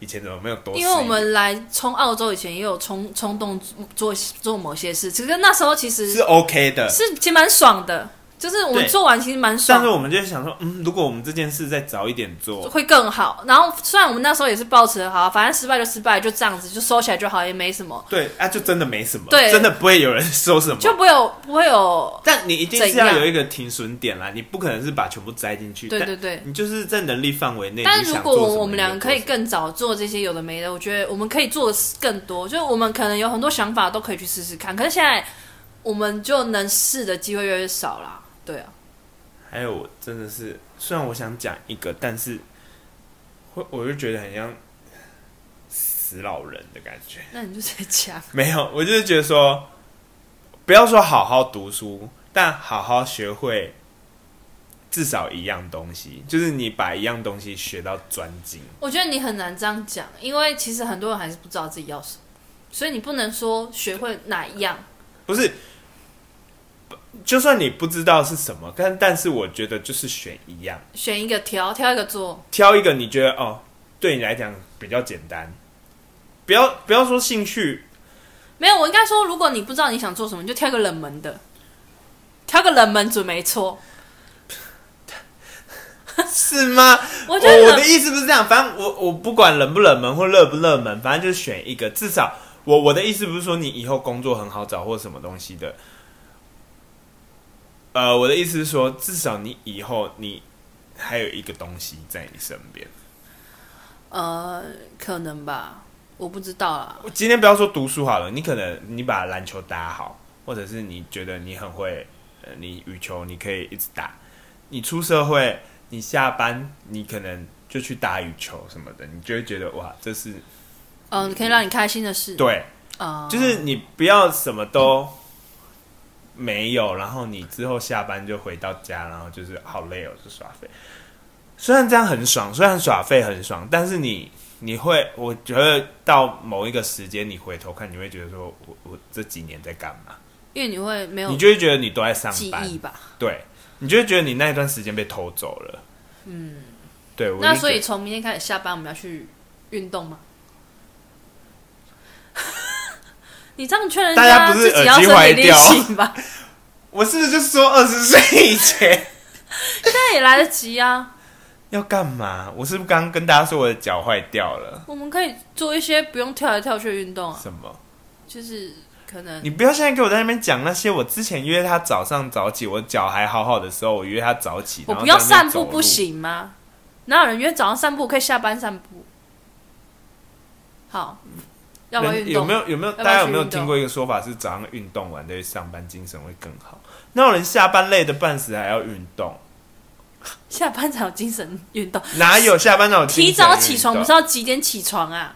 A: 以前怎么没有多试一点？
B: 因为我们来冲澳洲以前也有冲冲动做做某些事，其实那时候其实
A: 是 OK 的，
B: 是其实蛮爽的，就是我们
A: 对
B: 做完其实蛮
A: 但
B: 爽
A: 是我们就想说，嗯，如果我们这件事再早一点做，
B: 会更好。然后虽然我们那时候也是抱持好，反正失败就失败，就这样子就收起来就好，也没什么，
A: 对啊，就真的没什么，
B: 对
A: 真的不会有人说什么。
B: 就不会有不会有。
A: 但你一定是
B: 怎样
A: 要有一个停损点啦，你不可能是把全部摘进去。
B: 对
A: 但
B: 对对。
A: 你就是在能力范围内。
B: 但
A: 你
B: 如
A: 想
B: 果
A: 做什么
B: 我我们两个可以
A: 你就做
B: 更早做这些有的没的，我觉得我们可以做的更多。就是我们可能有很多想法都可以去试试看，可是现在我们就能试的机会越来越少啦。对啊，
A: 什么还有，我真的是，虽然我想讲一个，但是会我就觉得很像死老人的感觉。
B: 那你就在讲，
A: 没有，我就是觉得说，不要说好好读书，但好好学会至少一样东西，就是你把一样东西学到专精。
B: 我觉得你很难这样讲，因为其实很多人还是不知道自己要什么，所以你不能说学会哪一样。
A: 不是，不就算你不知道是什么，但但是我觉得就是选一样，
B: 选一个挑，挑一个做，
A: 挑一个你觉得哦，对你来讲比较简单。不要不要说兴趣，
B: 没有，我应该说，如果你不知道你想做什么，你就挑一个冷门的，挑个冷门准没错。
A: 是吗？
B: 我觉得
A: 哦我
B: 冷
A: 的意思不是这样，反正我我不管冷不冷门或热不热门，反正就选一个。至少我我的意思不是说你以后工作很好找或什么东西的。呃，我的意思是说，至少你以后你还有一个东西在你身边。
B: 呃，可能吧，我不知道啦。
A: 我今天不要说读书好了，你可能你把篮球打好，或者是你觉得你很会，呃，你羽球你可以一直打。你出社会，你下班你可能就去打羽球什么的，你就会觉得哇，这是
B: 嗯、可以让你开心的事。
A: 对，
B: 啊、
A: 就是你不要什么都没有，然后你之后下班就回到家，然后就是好累哦，就耍废。虽然这样很爽，虽然耍废很爽，但是你你会，我觉得到某一个时间，你回头看，你会觉得说我我这几年在干嘛？
B: 因为你会没有
A: 你就会觉得你都在上
B: 记
A: 班，
B: 忆吧？
A: 对，你就会觉得你那一段时间被偷走了。嗯，对。我就
B: 那所
A: 觉
B: 以
A: 得
B: 从明天开始下班，我们要去运动吗？ 你这样劝人
A: 大家不
B: 啊自
A: 是
B: 己要
A: 耳机
B: 身体
A: 坏
B: 力
A: 掉
B: 行吧？
A: 我是不是就说二十岁以前？
B: 那也来得及啊！
A: 要干嘛？我是不是刚刚跟大家说我的脚坏掉了？
B: 我们可以做一些不用跳来跳去的运动啊，
A: 什么？
B: 就是可能
A: 你不要现在给我在那边讲那些。我之前约他早上早起，我脚还好好的时候，我约他早起，
B: 我
A: 然后
B: 不要
A: 在那边
B: 散步
A: 走
B: 不
A: 路。
B: 行吗？哪有人约早上散步可以下班散步？好，要不要
A: 人
B: 运动？
A: 有没有有没有
B: 要不要
A: 大家有没有
B: 去运动
A: 听过一个说法是早上运动完对上班精神会更好？哪有人下班累的半死还要运动？
B: 下班才有精神运动？
A: 哪有下班那种
B: 提早起床不是
A: 道
B: 要几点起床啊？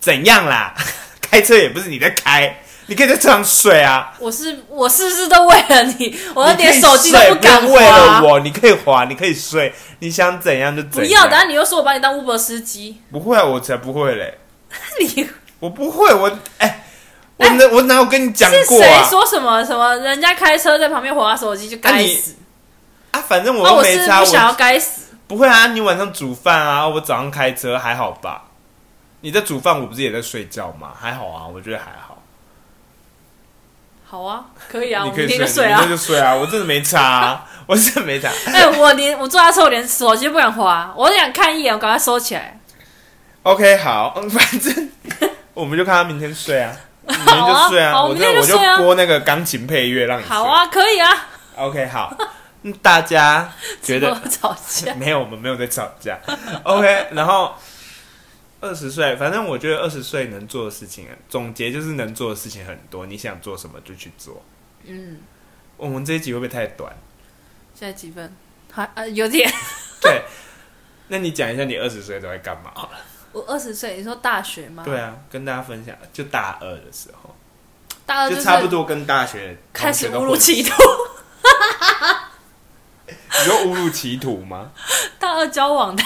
A: 怎样啦？ 开车也不是你在开，你可以在车上睡啊。
B: 我是我是不是都为了你， 我连手机都
A: 你可以睡
B: 敢
A: 用为了
B: 滑？
A: 我，你可以滑，你可以睡，你想怎样就
B: 不
A: 怎
B: 要，
A: 样。
B: 等下你又说我把你当 Uber 司机，
A: 不会啊，我才不会嘞。
B: 你
A: 我不会，我哎、我哪、我哪有跟你讲
B: 是
A: 过
B: 谁
A: 啊？
B: 说什么什么？人家开车在旁边划手机就
A: 啊
B: 该
A: 你
B: 死，
A: 啊，反正我
B: 啊
A: 又
B: 我
A: 没
B: 是
A: 差，
B: 不想要
A: 我
B: 该死，
A: 不会啊。你晚上煮饭啊，我早上开车还好吧？你在煮饭，我不是也在睡觉吗？还好啊，我觉得还好。
B: 好啊，可以啊，
A: 你
B: 我
A: 可
B: 明
A: 以
B: 天就
A: 睡，
B: 睡
A: 你
B: 啊
A: 明天。就睡啊，我真的没差、啊，我真的没差。
B: 哎、我连我坐他车，我连手机都不敢滑，我只想看一眼，我赶快收起来。
A: OK，好， 嗯反 正我们就看他明天睡啊，明天
B: 好啊
A: 就睡啊，
B: 好
A: 我
B: 明
A: 这
B: 天
A: 我
B: 就睡啊
A: 播那个钢琴配乐让你睡。
B: 好啊，可以啊。
A: ，OK，好。嗯大家觉得
B: 怎么吵架？
A: 没有，我们没有在吵架。OK，然后二十岁，反正我觉得二十岁能做的事情，总结就是能做的事情很多，你想做什么就去做。
B: 嗯，
A: 我们这一集会不会太短？
B: 现在几分？还呃有点。
A: 对，那你讲一下你二十岁都在干嘛好了？
B: 我二十岁，你说大学吗？
A: 对，啊，跟大家分享，就大二的时候，
B: 大二
A: 就是差不多跟大学
B: 哦开始
A: 同学
B: 误
A: 都
B: 入
A: 混
B: 歧途。
A: 你说误入歧途吗？
B: 大二交往的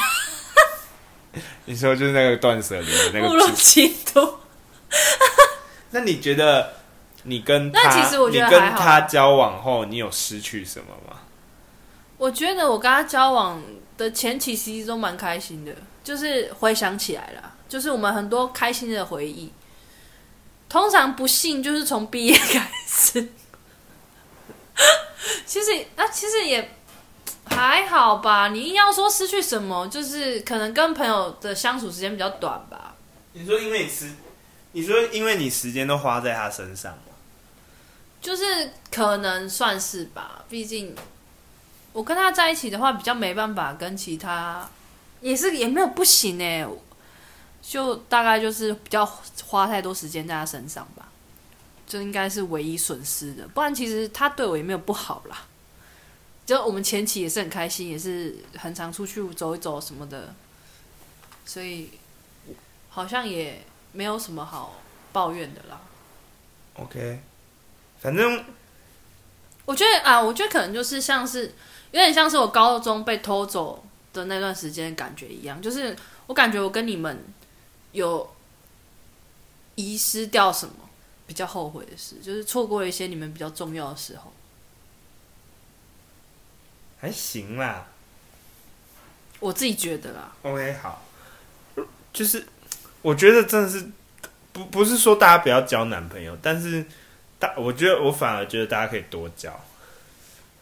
A: 你说就是那个断舍离的那
B: 误
A: 个
B: 入
A: 主。
B: 歧途。
A: 那你觉得你跟他，
B: 那其实我觉得
A: 你跟
B: 还好
A: 他交往后，你有失去什么吗？
B: 我觉得我跟他交往的前期其实都蛮开心的，就是回想起来了，就是我们很多开心的回忆。通常不幸就是从毕业开始， 其实啊，其实也还好吧。你硬要说失去什么，就是可能跟朋友的相处时间比较短吧。
A: 你说因为你时，你说因为你时间都花在他身上吗
B: 就是可能算是吧，毕竟我跟他在一起的话，比较没办法跟其他，也是也没有不行哎、就大概就是比较花太多时间在他身上吧，这应该是唯一损失的。不然其实他对我也没有不好啦，就我们前期也是很开心，也是很常出去走一走什么的，所以好像也没有什么好抱怨的啦。
A: ？OK，反正
B: 我觉得啊，我觉得可能就是像是有点像是我高中被偷走的那段时间的感觉一样，就是我感觉我跟你们有遗失掉什么比较后悔的事，就是错过了一些你们比较重要的时候。
A: 还行啦。
B: 我自己觉得啦，
A: OK，好，就是我觉得真的是不不是说大家不要交男朋友，但是大我觉得我反而觉得大家可以多交，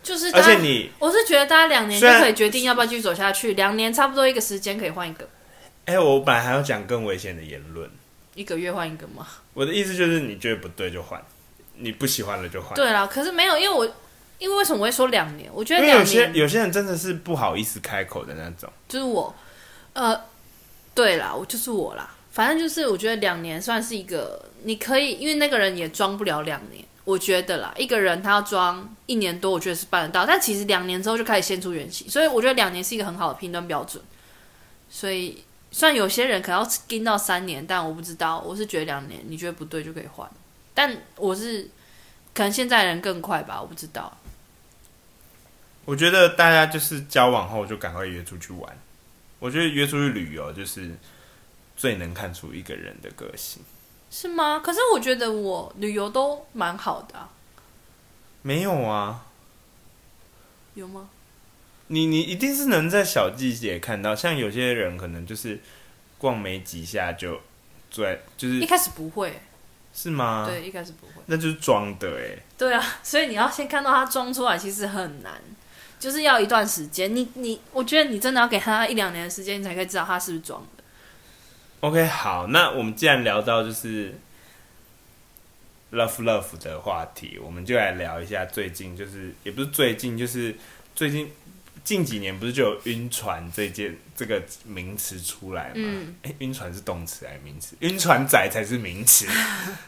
B: 就是大
A: 而
B: 家
A: 且你
B: 我是觉得大家两年就
A: 虽然
B: 可以决定要不要继续走下去，两年差不多一个时间可以换一个，
A: 哎、我本来还要讲更危险的言论，
B: 一个月换一个嘛。
A: 我的意思就是你觉得不对就换，你不喜欢了就换，
B: 对啦，可是没有，因为我因为为什么我会说两年？我觉
A: 因
B: 得
A: 为
B: 两
A: 有些
B: 年
A: 有些人真的是不好意思开口的那种，
B: 就是我，呃，对啦，我就是我啦，反正就是我觉得两年算是一个，你可以，因为那个人也装不了两年，我觉得啦，一个人他要装一年多，我觉得是办得到，但其实两年之后就开始现出原形，所以我觉得两年是一个很好的评断标准。所以虽然有些人可能要盯到三年，但我不知道，我是觉得两年，你觉得不对就可以换，但我是可能现在人更快吧，我不知道。
A: 我觉得大家就是交往后就赶快约出去玩，我觉得约出去旅游就是最能看出一个人的个性。
B: 是吗？可是我觉得我旅游都蛮好的、啊，
A: 没有啊，
B: 有吗？
A: 你你一定是能在小季节看到，像有些人可能就是逛没几下就坐在，就
B: 一
A: 是啊
B: 开始不会，
A: 是吗？，
B: 对，一开始不会。
A: 那就是装的哎、
B: 对啊， 所以你要先看到他装出来，其实很难，就是要一段时间。你你，我觉得你真的要给他一两年的时间，你才可以知道他是不是装的。
A: OK，好，那我们既然聊到就是 love love 的话题，我们就来聊一下最近，就是也不是最近，就是最近近几年不是就有晕船这件这个名词出来吗？
B: 嗯
A: 诶晕船是动词还是名词？晕船仔才是名词。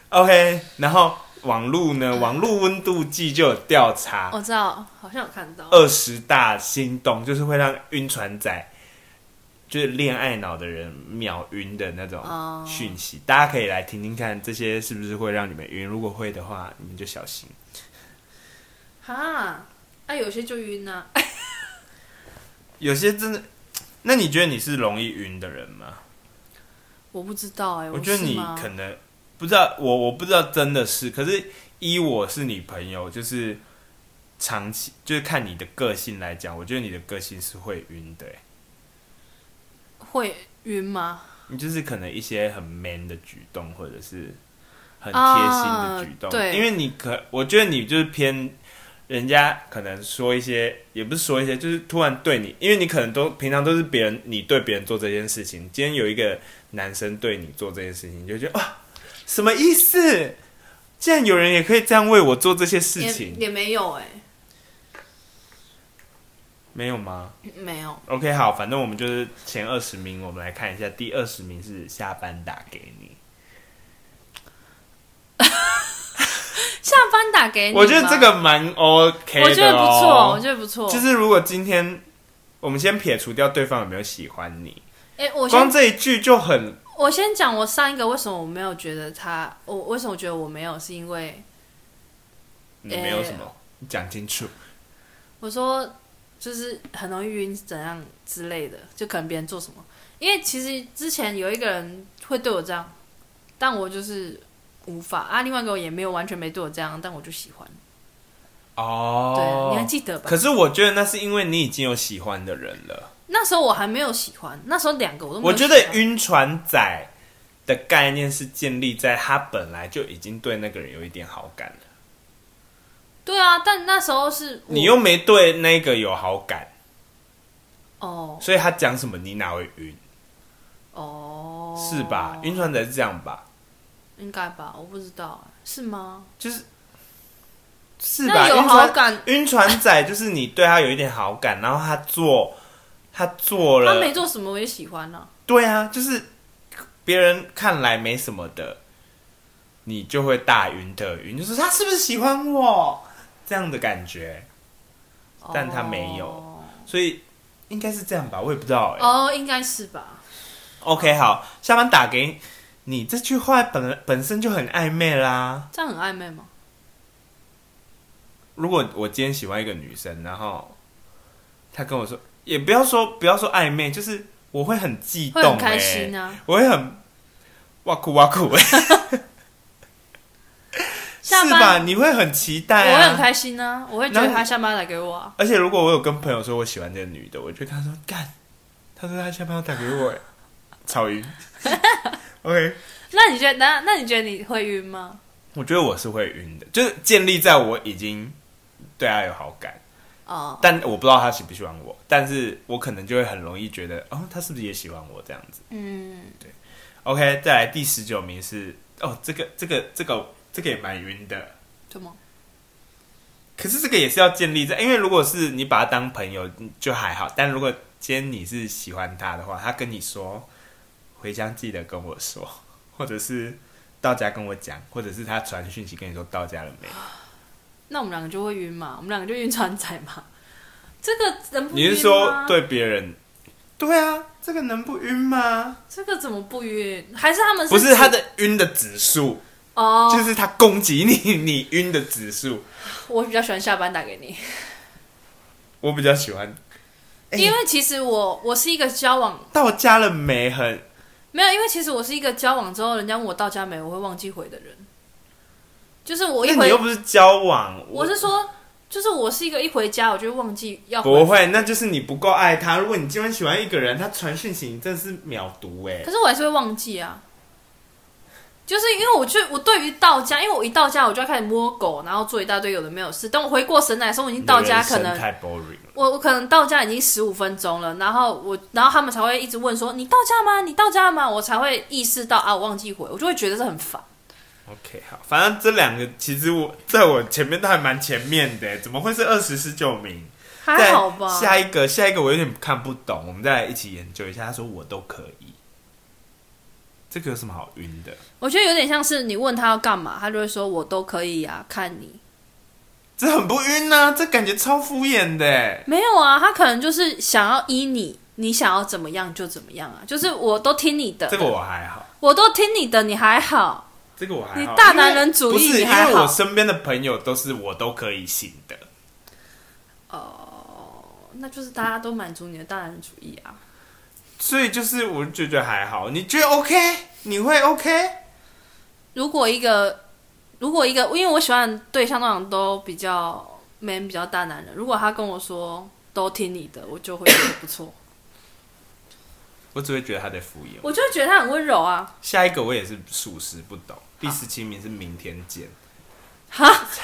A: OK，然后网络呢，
B: 嗯
A: 网络温度计就有调查，
B: 我知道，好像有看到。
A: 二十大心动，就是会让晕船仔，就是恋爱脑的人秒晕的那种
B: 哦
A: 讯息，大家可以来听听看，这些是不是会让你们晕？如果会的话，你们就小心。
B: 哈，啊，有些就晕啊。
A: 有些真的，那你觉得你是容易晕的人吗？
B: 我不知道哎、
A: 我觉得
B: 是
A: 你
B: 吗
A: 可能不知道，我我不知道真的是，可是依我是你朋友，就是长期就是看你的个性来讲，我觉得你的个性是会晕的、欸
B: 会晕吗？
A: 你就是可能一些很 man 的举动，或者是很贴心的举动，
B: 啊对
A: 因为你可，我觉得你就是偏人家可能说一些，也不是说一些，就是突然对你，因为你可能都平常都是别人，你对别人做这件事情，今天有一个男生对你做这件事情，你就觉得哇，什么意思？竟然有人也可以这样为我做这些事
B: 也
A: 情，
B: 也没有哎、
A: 没有吗
B: 没有。
A: ？OK，好，反正我们就是前二十名，我们来看一下，第二十名是下班打给你。
B: 下班打给你吗，
A: 我觉得这个蛮 OK 的、哦，
B: 我觉得不错，我觉得不错。
A: 就是如果今天我们先撇除掉对方有没有喜欢你，
B: 哎、我先
A: 光这一句就很
B: 我先讲我上一个为什么我没有觉得他，我为什么觉得我没有，是因为
A: 你没有什么你讲清楚。
B: 我说就是很容易晕怎样之类的，就可能别人做什么，因为其实之前有一个人会对我这样，但我就是无法啊，另外一个也没有完全没对我这样，但我就喜欢，对，
A: 哦
B: 你还记得吧？
A: 可是我觉得那是因为你已经有喜欢的人了。
B: 那时候我还没有喜欢，那时候两个我都没有
A: 我觉
B: 喜欢，
A: 得晕船仔的概念是建立在他本来就已经对那个人有一点好感了，
B: 对啊，但那时候是我
A: 你又没对那个有好感，
B: 哦
A: 所以他讲什么你哪会晕？
B: 哦
A: 是吧？晕船仔是这样吧？
B: 应该吧，我不知道是吗？
A: 就是是吧？
B: 那有
A: 晕船
B: 好 感，
A: 晕船仔就是你对他有一点好感，然后他做，他做
B: 他没
A: 了，
B: 做什么我也喜欢啊。
A: 对啊，就是别人看来没什么的，你就会大晕特晕，就是他是不是喜欢我这样的感觉，但他没有
B: 哦
A: 所以应该是这样吧，我也不知道哎、
B: 哦，应该是吧？
A: OK，好，下班打给你这句话本本身就很暧昧啦。
B: 这样很暧昧吗？
A: 如果我今天喜欢一个女生，然后她跟我说，也不要说不要说暧昧，就是我会很激动、欸，
B: 会很开心啊！
A: 我会很哇酷哇 酷，
B: 下
A: 是吧？
B: 班
A: 你会很期
B: 我
A: 待
B: 会很
A: 啊。
B: 开心啊！我会觉得他下班来给我啊。
A: 而且如果我有跟朋友说我喜欢这个女的，我就跟他说干，他说他下班要打给我，哎，草 鱼。OK，
B: 那你觉得那那你觉得你会晕吗？
A: 我觉得我是会晕的，就是建立在我已经对他有好感，
B: 哦，
A: 但我不知道他喜不喜欢我，但是我可能就会很容易觉得，哦，他是不是也喜欢我这样子
B: 嗯，
A: ？OK，再来第十九名是，哦，这个这个这个这个也蛮晕的，
B: 怎么？
A: 可是这个也是要建立在，因为如果是你把他当朋友嗯就还好，但如果今天你是喜欢他的话，他跟你说回家记得跟我说，或者是到家跟我讲，或者是他传讯息跟你说到家了没，
B: 那我们两个就会晕嘛，我们两个就晕船仔嘛。 这个能不
A: 你
B: 晕吗？
A: 是说对别人？对啊，这个能不晕吗？
B: 这个怎么不晕？还是他们
A: 不是他
B: 的
A: 的晕的指数，
B: 哦？
A: 就是他攻击你，你晕的指数，
B: 我比较喜欢下班打给你，
A: 我比较喜欢。哎
B: 因为其实我我是一个交往
A: 到家了没很
B: 没有，因为其实我是一个交往之后，人家问我到家没，我会忘记回的人。就是我一
A: 那你
B: 回
A: 又，不是交往，
B: 我是说，就是我是一个一回家我就忘记要回
A: 不会，那就是你不够爱他。如果你今晚喜欢一个人，他传讯息，你真的是秒读哎、
B: 可是我还是会忘记啊，就是因为我就我对于到家，因为我一到家我就要开始摸狗，然后做一大堆有的没有事。等我回过神来的时候，我已经到家，可
A: 你的人生
B: 能
A: 太 boring 了。
B: 我我可能到家已经十五分钟了，然后我然后他们才会一直问说你到家吗？你到家了吗？我才会意识到啊，我忘记回，我就会觉得这很烦。
A: OK，好，反正这两个其实我在我前面都还蛮前面的、欸怎么会是二十十九名？
B: 还好吧
A: 再，下一个，下一个我有点看不懂，我们再来一起研究一下。他说我都可以，这个有什么好晕的？
B: 我觉得有点像是你问他要干嘛，他就会说我都可以啊，看你。
A: 这很不晕呐、这感觉超敷衍的欸。
B: 没有啊，他可能就是想要依你，你想要怎么样就怎么样啊，就是我都听你的，
A: 这个我还好，
B: 我都听你的，你还好，
A: 这个我还好。
B: 你大男人
A: 因
B: 主
A: 为不
B: 义，
A: 是
B: 你
A: 因
B: 还
A: 为我
B: 好。
A: 身边的朋友都是我都可以行的，
B: 哦那就是大家都满足你的大男人主义啊。
A: 所以就是我就觉得还好。你觉得 OK？你会 OK？
B: 如果一个，如果一个，因为我喜欢的对象通常都比较 man，比较大男人。如果他跟我说都听你的，我就会觉得不错，
A: 我只会觉得他在敷衍我。
B: 我就会觉得他很温柔啊。
A: 下一个我也是属实不懂。第十七名是明天见，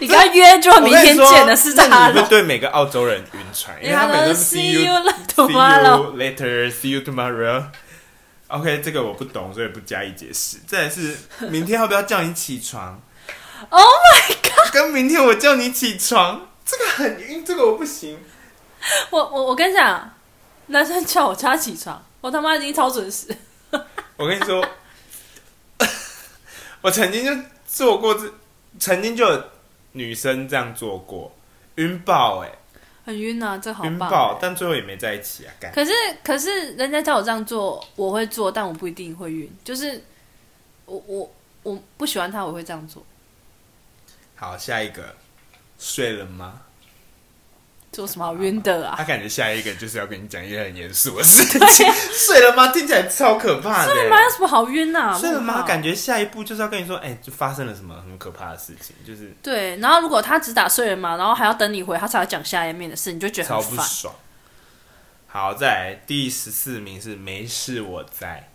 B: 你跟他约就哦明天见的是
A: 我跟你说
B: 他
A: 那你会
B: 了，
A: 对每个澳洲人晕 船，因哎为他们都是
B: See you
A: See
B: tomorrow。
A: you later. See you tomorrow. OK，这个我不懂，所以不加以解释。再来 是明天要不要叫你起床
B: Oh
A: my god！跟明天我叫你起床，这个很晕，这个我不行。
B: 我我我跟你讲，男生叫我家起床，我他妈已经超准时。
A: 我跟你说， 我曾经就做过这，曾经就有女生这样做过，晕爆哎、
B: 很晕啊，这好
A: 欸，晕
B: 棒。
A: 爆，但最后也没在一起啊，干。
B: 可是可是人家叫我这样做，我会做，但我不一定会晕。就是我我我不喜欢他，我会这样做。
A: 好，下一个睡了吗？
B: 做什么好晕的啊？
A: 他感觉下一个就是要跟你讲一些很严肃的事情。 睡了吗？听起来超可怕的。
B: 睡了吗？有什么好晕啊？
A: 睡了吗？
B: 问号
A: 感觉下一步就是要跟你说，哎、就发生了什么很可怕的事情，就是
B: 对。然后如果他只打睡了嘛，然后还要等你回，他才要讲下一面的事，你就觉得
A: 超
B: 很
A: 不
B: 烦。
A: 爽。好，再来第十四名是没事我在，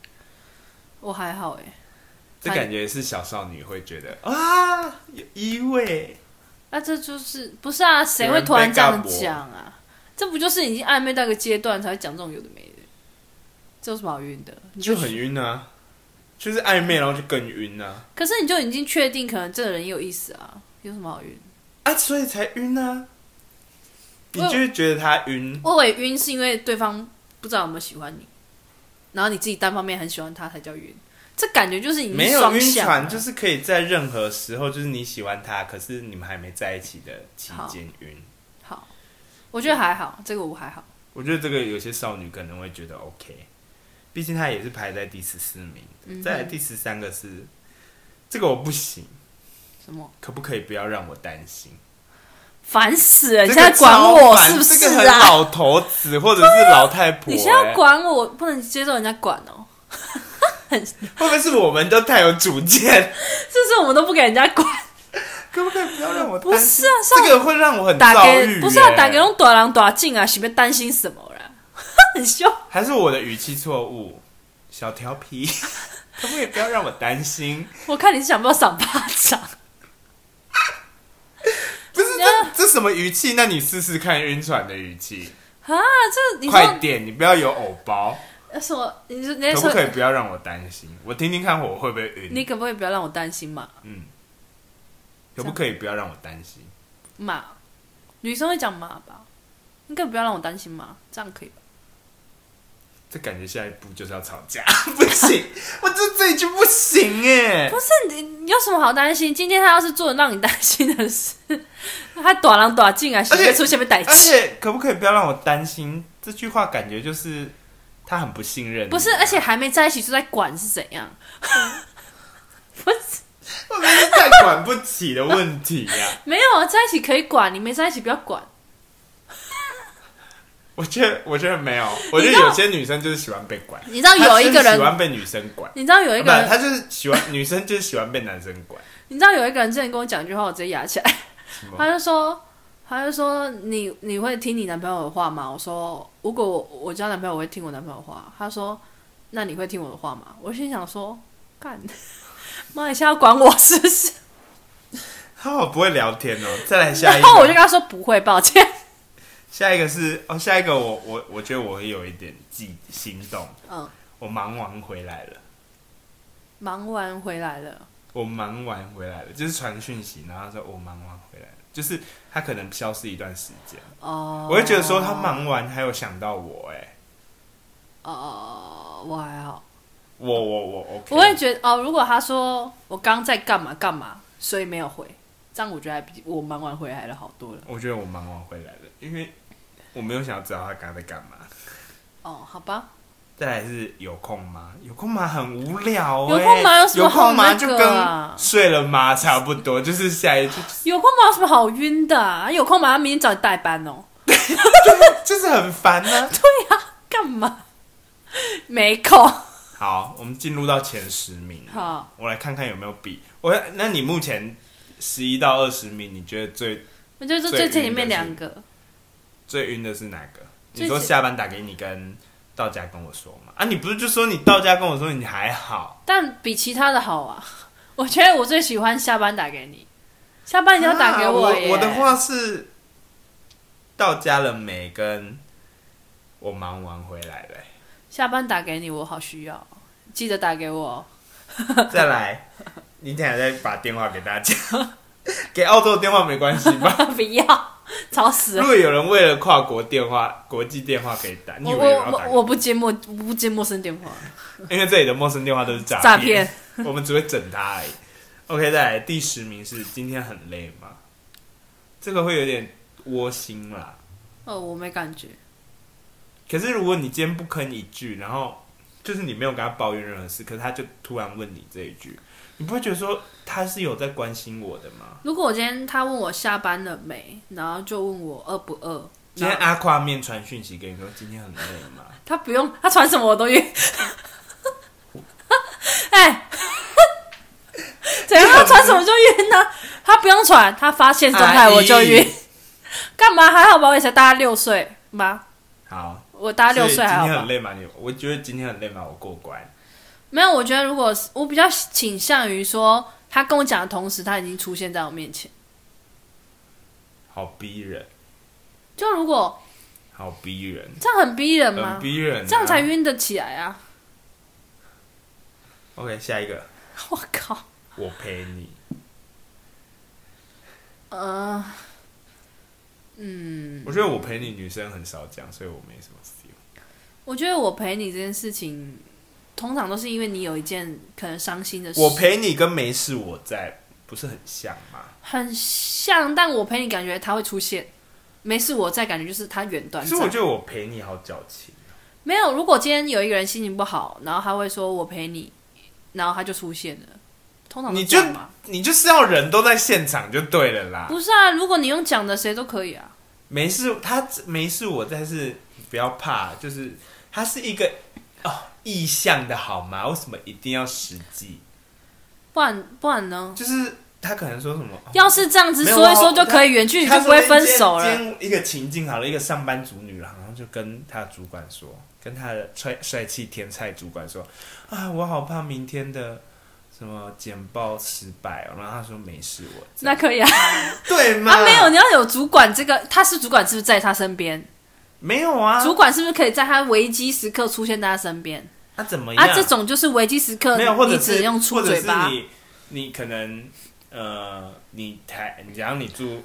B: 我还好哎、
A: 这
B: 哎
A: 感觉是小少女会觉得啊，有依偎。
B: 那、这就是不是啊？谁会突然这样讲啊？这不就是已经暧昧到一个阶段才会讲这种有的没的？这有什么好晕的？你
A: 就很晕啊，就是暧昧，然后就更晕啊，
B: 可是你就已经确定，可能这个人也有意思啊，有什么好晕？
A: 啊，所以才晕啊，你
B: 我
A: 就会觉得他晕，
B: 我以为晕是因为对方不知道有没有喜欢你，然后你自己单方面很喜欢他才叫晕。这感觉就是已经
A: 没有
B: 双
A: 晕
B: 向了
A: 船，就是可以在任何时候，就是你喜欢他，可是你们还没在一起的期间晕。
B: 好，我觉得还好，这个我还好。
A: 我觉得这个有些少女可能会觉得 OK，毕竟她也是排在第十四名的。
B: 嗯哼
A: 再来第十三个是这个我不行，
B: 什么
A: 可不可以不要让我担心？
B: 烦死了！你
A: 这
B: 现
A: 个
B: 在管
A: 超
B: 我
A: 烦
B: 是不是
A: 这个很
B: 啊？
A: 老头子或者是老太婆、
B: 你现在
A: 欸
B: 要管我，我不能接受人家管哦。
A: 欸会不会是我们都太有主见？
B: 这是我们都不给人家管，
A: 可不可以不要让我
B: 不
A: 担心？
B: 是啊？上
A: 这个会让我很
B: 打
A: 躁
B: 给
A: 郁、欸。
B: 啊不是要打给那种短郎短进啊，是不是担心什么啦？很凶。
A: 还是我的语气错误，小调皮， 可不可以不要让我担心？
B: 我看你是想不要赏巴掌。啊
A: 不是这这什么语气？那你试试看晕船的语气，
B: 啊，这你
A: 快
B: 说
A: 点，你不要有偶包，
B: 呃什么？你说你在
A: 可不
B: 说
A: 可以不要让我担心？我听听看我会不会
B: 你
A: 晕，嗯
B: 可不可以不要让我担心嘛？
A: 可不可以不要让我担心？
B: 嘛，女生会讲嘛吧？你可以不要让我担心嘛，这样可以吧？
A: 这感觉下一步就是要吵 架，不行，我这这一句不行哎
B: 不，是你，你有什么好担心？今天他要是做了让你担心的 事，他短狼短进来，
A: 且
B: 直接出现被逮
A: 而
B: 起。
A: 且可不可以不要让我担心？这句话感觉就是他很不信任你，啊
B: 不是，而且还没在一起就在管是怎样？不是，
A: 我们是太管不起的问题呀、
B: 没有啊，在一起可以管，你没在一起不要管。
A: 我觉得，我觉得没有，我觉得有些女生就是喜欢被管。
B: 你知道有一
A: 她
B: 个
A: 就是喜
B: 人，
A: 欢被女生管，啊
B: 你知道有一
A: 不，
B: 个人，
A: 她就是喜欢女生，就是喜欢被男生管。
B: 你知道有一个人之前跟我讲一句话，我直接压起来
A: 么。
B: 他就说，他就说你你会听你男朋友的话吗？我说如果我我交男朋友，我会听我男朋友的话。他说那你会听我的话吗？我心想说干，妈你现在要管我是不是？
A: 她好不会聊天哦。再来下一
B: 然后我就
A: 个，
B: 跟他说不会，抱歉。
A: 下一个是哦，下一个我我我觉得我会有一点悸心动。
B: 嗯，
A: 我忙完回来了，
B: 忙完回来了，
A: 我忙完回来了，就是传讯息，然后说我忙完回来了，就是他可能消失一段时间，
B: 哦，
A: 我会觉得说他忙完还有想到我、哎，
B: 哦，我还好。
A: 我我我 OK，
B: 我会觉得哦，如果他说我刚在干嘛干嘛，所以没有回，这样我觉得还比我忙完回来了好多了。
A: 我觉得我忙完回来了，因为我没有想要知道他刚才在干嘛。
B: 哦，好吧，
A: 再来是有空吗？有空吗？很无聊、欸。
B: 有空吗有什
A: 有
B: 么好
A: 空吗？
B: 那
A: 就
B: 个啊
A: 跟睡了吗差不多，就是下 一句，
B: 有空吗？有什么好晕的、啊？有空吗？他明天找你代班哦。
A: 就是很烦啊呢、
B: 干嘛？ 没空。
A: 好，我们进入到前十名。
B: 好，
A: 我来看看有没有比我。那你目前十一到二十名，你觉得最
B: 我觉得这最前里面两个，
A: 最晕的是哪个？
B: 最
A: 你说下班打给你跟到家跟我说嘛？啊，你不是就说你到家跟我说你还好？
B: 但比其他的好啊。 我觉得我最喜欢下班打给你，下班你要打给
A: 啊我
B: 耶、
A: 我的话是到家了没？跟我忙完回来了欸、
B: 下班打给你，我好需要，记得打给我。
A: 再来，你等一下再把电话给大家， 给澳洲电话没关系 吧？
B: 不要，吵死
A: 如
B: 了。
A: 果有人为了跨国电话、国际电话可以打，你
B: 我
A: 以为有人
B: 我
A: 要打
B: 我我不接陌我不接陌生电话，
A: 因为这里的陌生电话都是诈
B: 诈
A: 骗
B: 骗，
A: 我们只会整他而已。OK，再来第十名是今天很累吗？这个会有点窝心啦。
B: 哦，我没感觉。
A: 可是如果你今天不吭一句，然后就是你没有跟他抱怨任何事，可是他就突然问你这一句，你不会觉得说他是有在关心我的吗？
B: 如果我今天他问我下班了没，然后就问我饿不饿，
A: 今
B: 然
A: 天
B: 后
A: 阿夸面传讯息给你说今天很累吗？
B: 他不用 他传什么我都晕。哎， 怎样他传什么就晕呢、他不用传，他发现
A: 啊
B: 状态我就
A: 阿
B: 晕
A: 姨。
B: 干嘛？还好吧，我也才大家六岁吗？
A: 好，
B: 我大家六岁
A: 所以
B: 还
A: 今
B: 好
A: 天很
B: 吧？
A: 累吗？你我觉得今天很累吗？我过关。
B: 没有，我觉得如果是我比较倾向于说，他跟我讲的同时，他已经出现在我面前。
A: 好逼人，
B: 就如果
A: 好逼人，
B: 这样很逼人嗯吗
A: 很？逼人、啊
B: 这样才。晕得起来啊！
A: OK，下一个，
B: 我靠，
A: 我陪你。
B: 呃，嗯，
A: 我觉得我陪你女生很少讲，所以我没什么 feel。
B: 我觉得我陪你这件事情，通常都是因为你有一件可能伤心的事，
A: 我陪你跟没事我在不是很像吗？
B: 很像，但我陪你感觉他会出现，没事我在感觉就是他远端
A: 可
B: 在。
A: 是我觉得我陪你好矫情。
B: 没有，如果今天有一个人心情不好，然后他会说我陪你，然后他就出现了，通常都
A: 你
B: 这
A: 就
B: 样吧。
A: 你就是要人都在现场就对了啦。
B: 不是啊，如果你用讲的，谁都可以啊。
A: 没事，他没事我在是不要怕，就是他是一个哦意向的好吗？为什么一定要实际？
B: 不然不然呢？
A: 就是他可能说什么，
B: 要是这样子
A: 没有
B: 说一
A: 啊
B: 说就
A: 他
B: 可以远距离
A: 他
B: 就不会
A: 说
B: 分
A: 今天
B: 手
A: 今
B: 了。
A: 天一个情境好了，一个上班族女郎，然后就跟他主管说，跟他的帅帅气天菜主管说，啊，我好怕明天的什么简报失败、哦。然后他说没事，我在
B: 那可以啊。
A: 对吗？
B: 啊，没有，你要有主管这个，他是主管是不是在他身边？
A: 没有啊，
B: 主管是不是可以在他危机时刻出现在他身边？
A: 那、怎么样？
B: 啊，这种就是危机时刻，
A: 没有，或者
B: 你
A: 是
B: 只能用出嘴
A: 或者
B: 巴
A: 是。你你可能呃，你台，你假如你住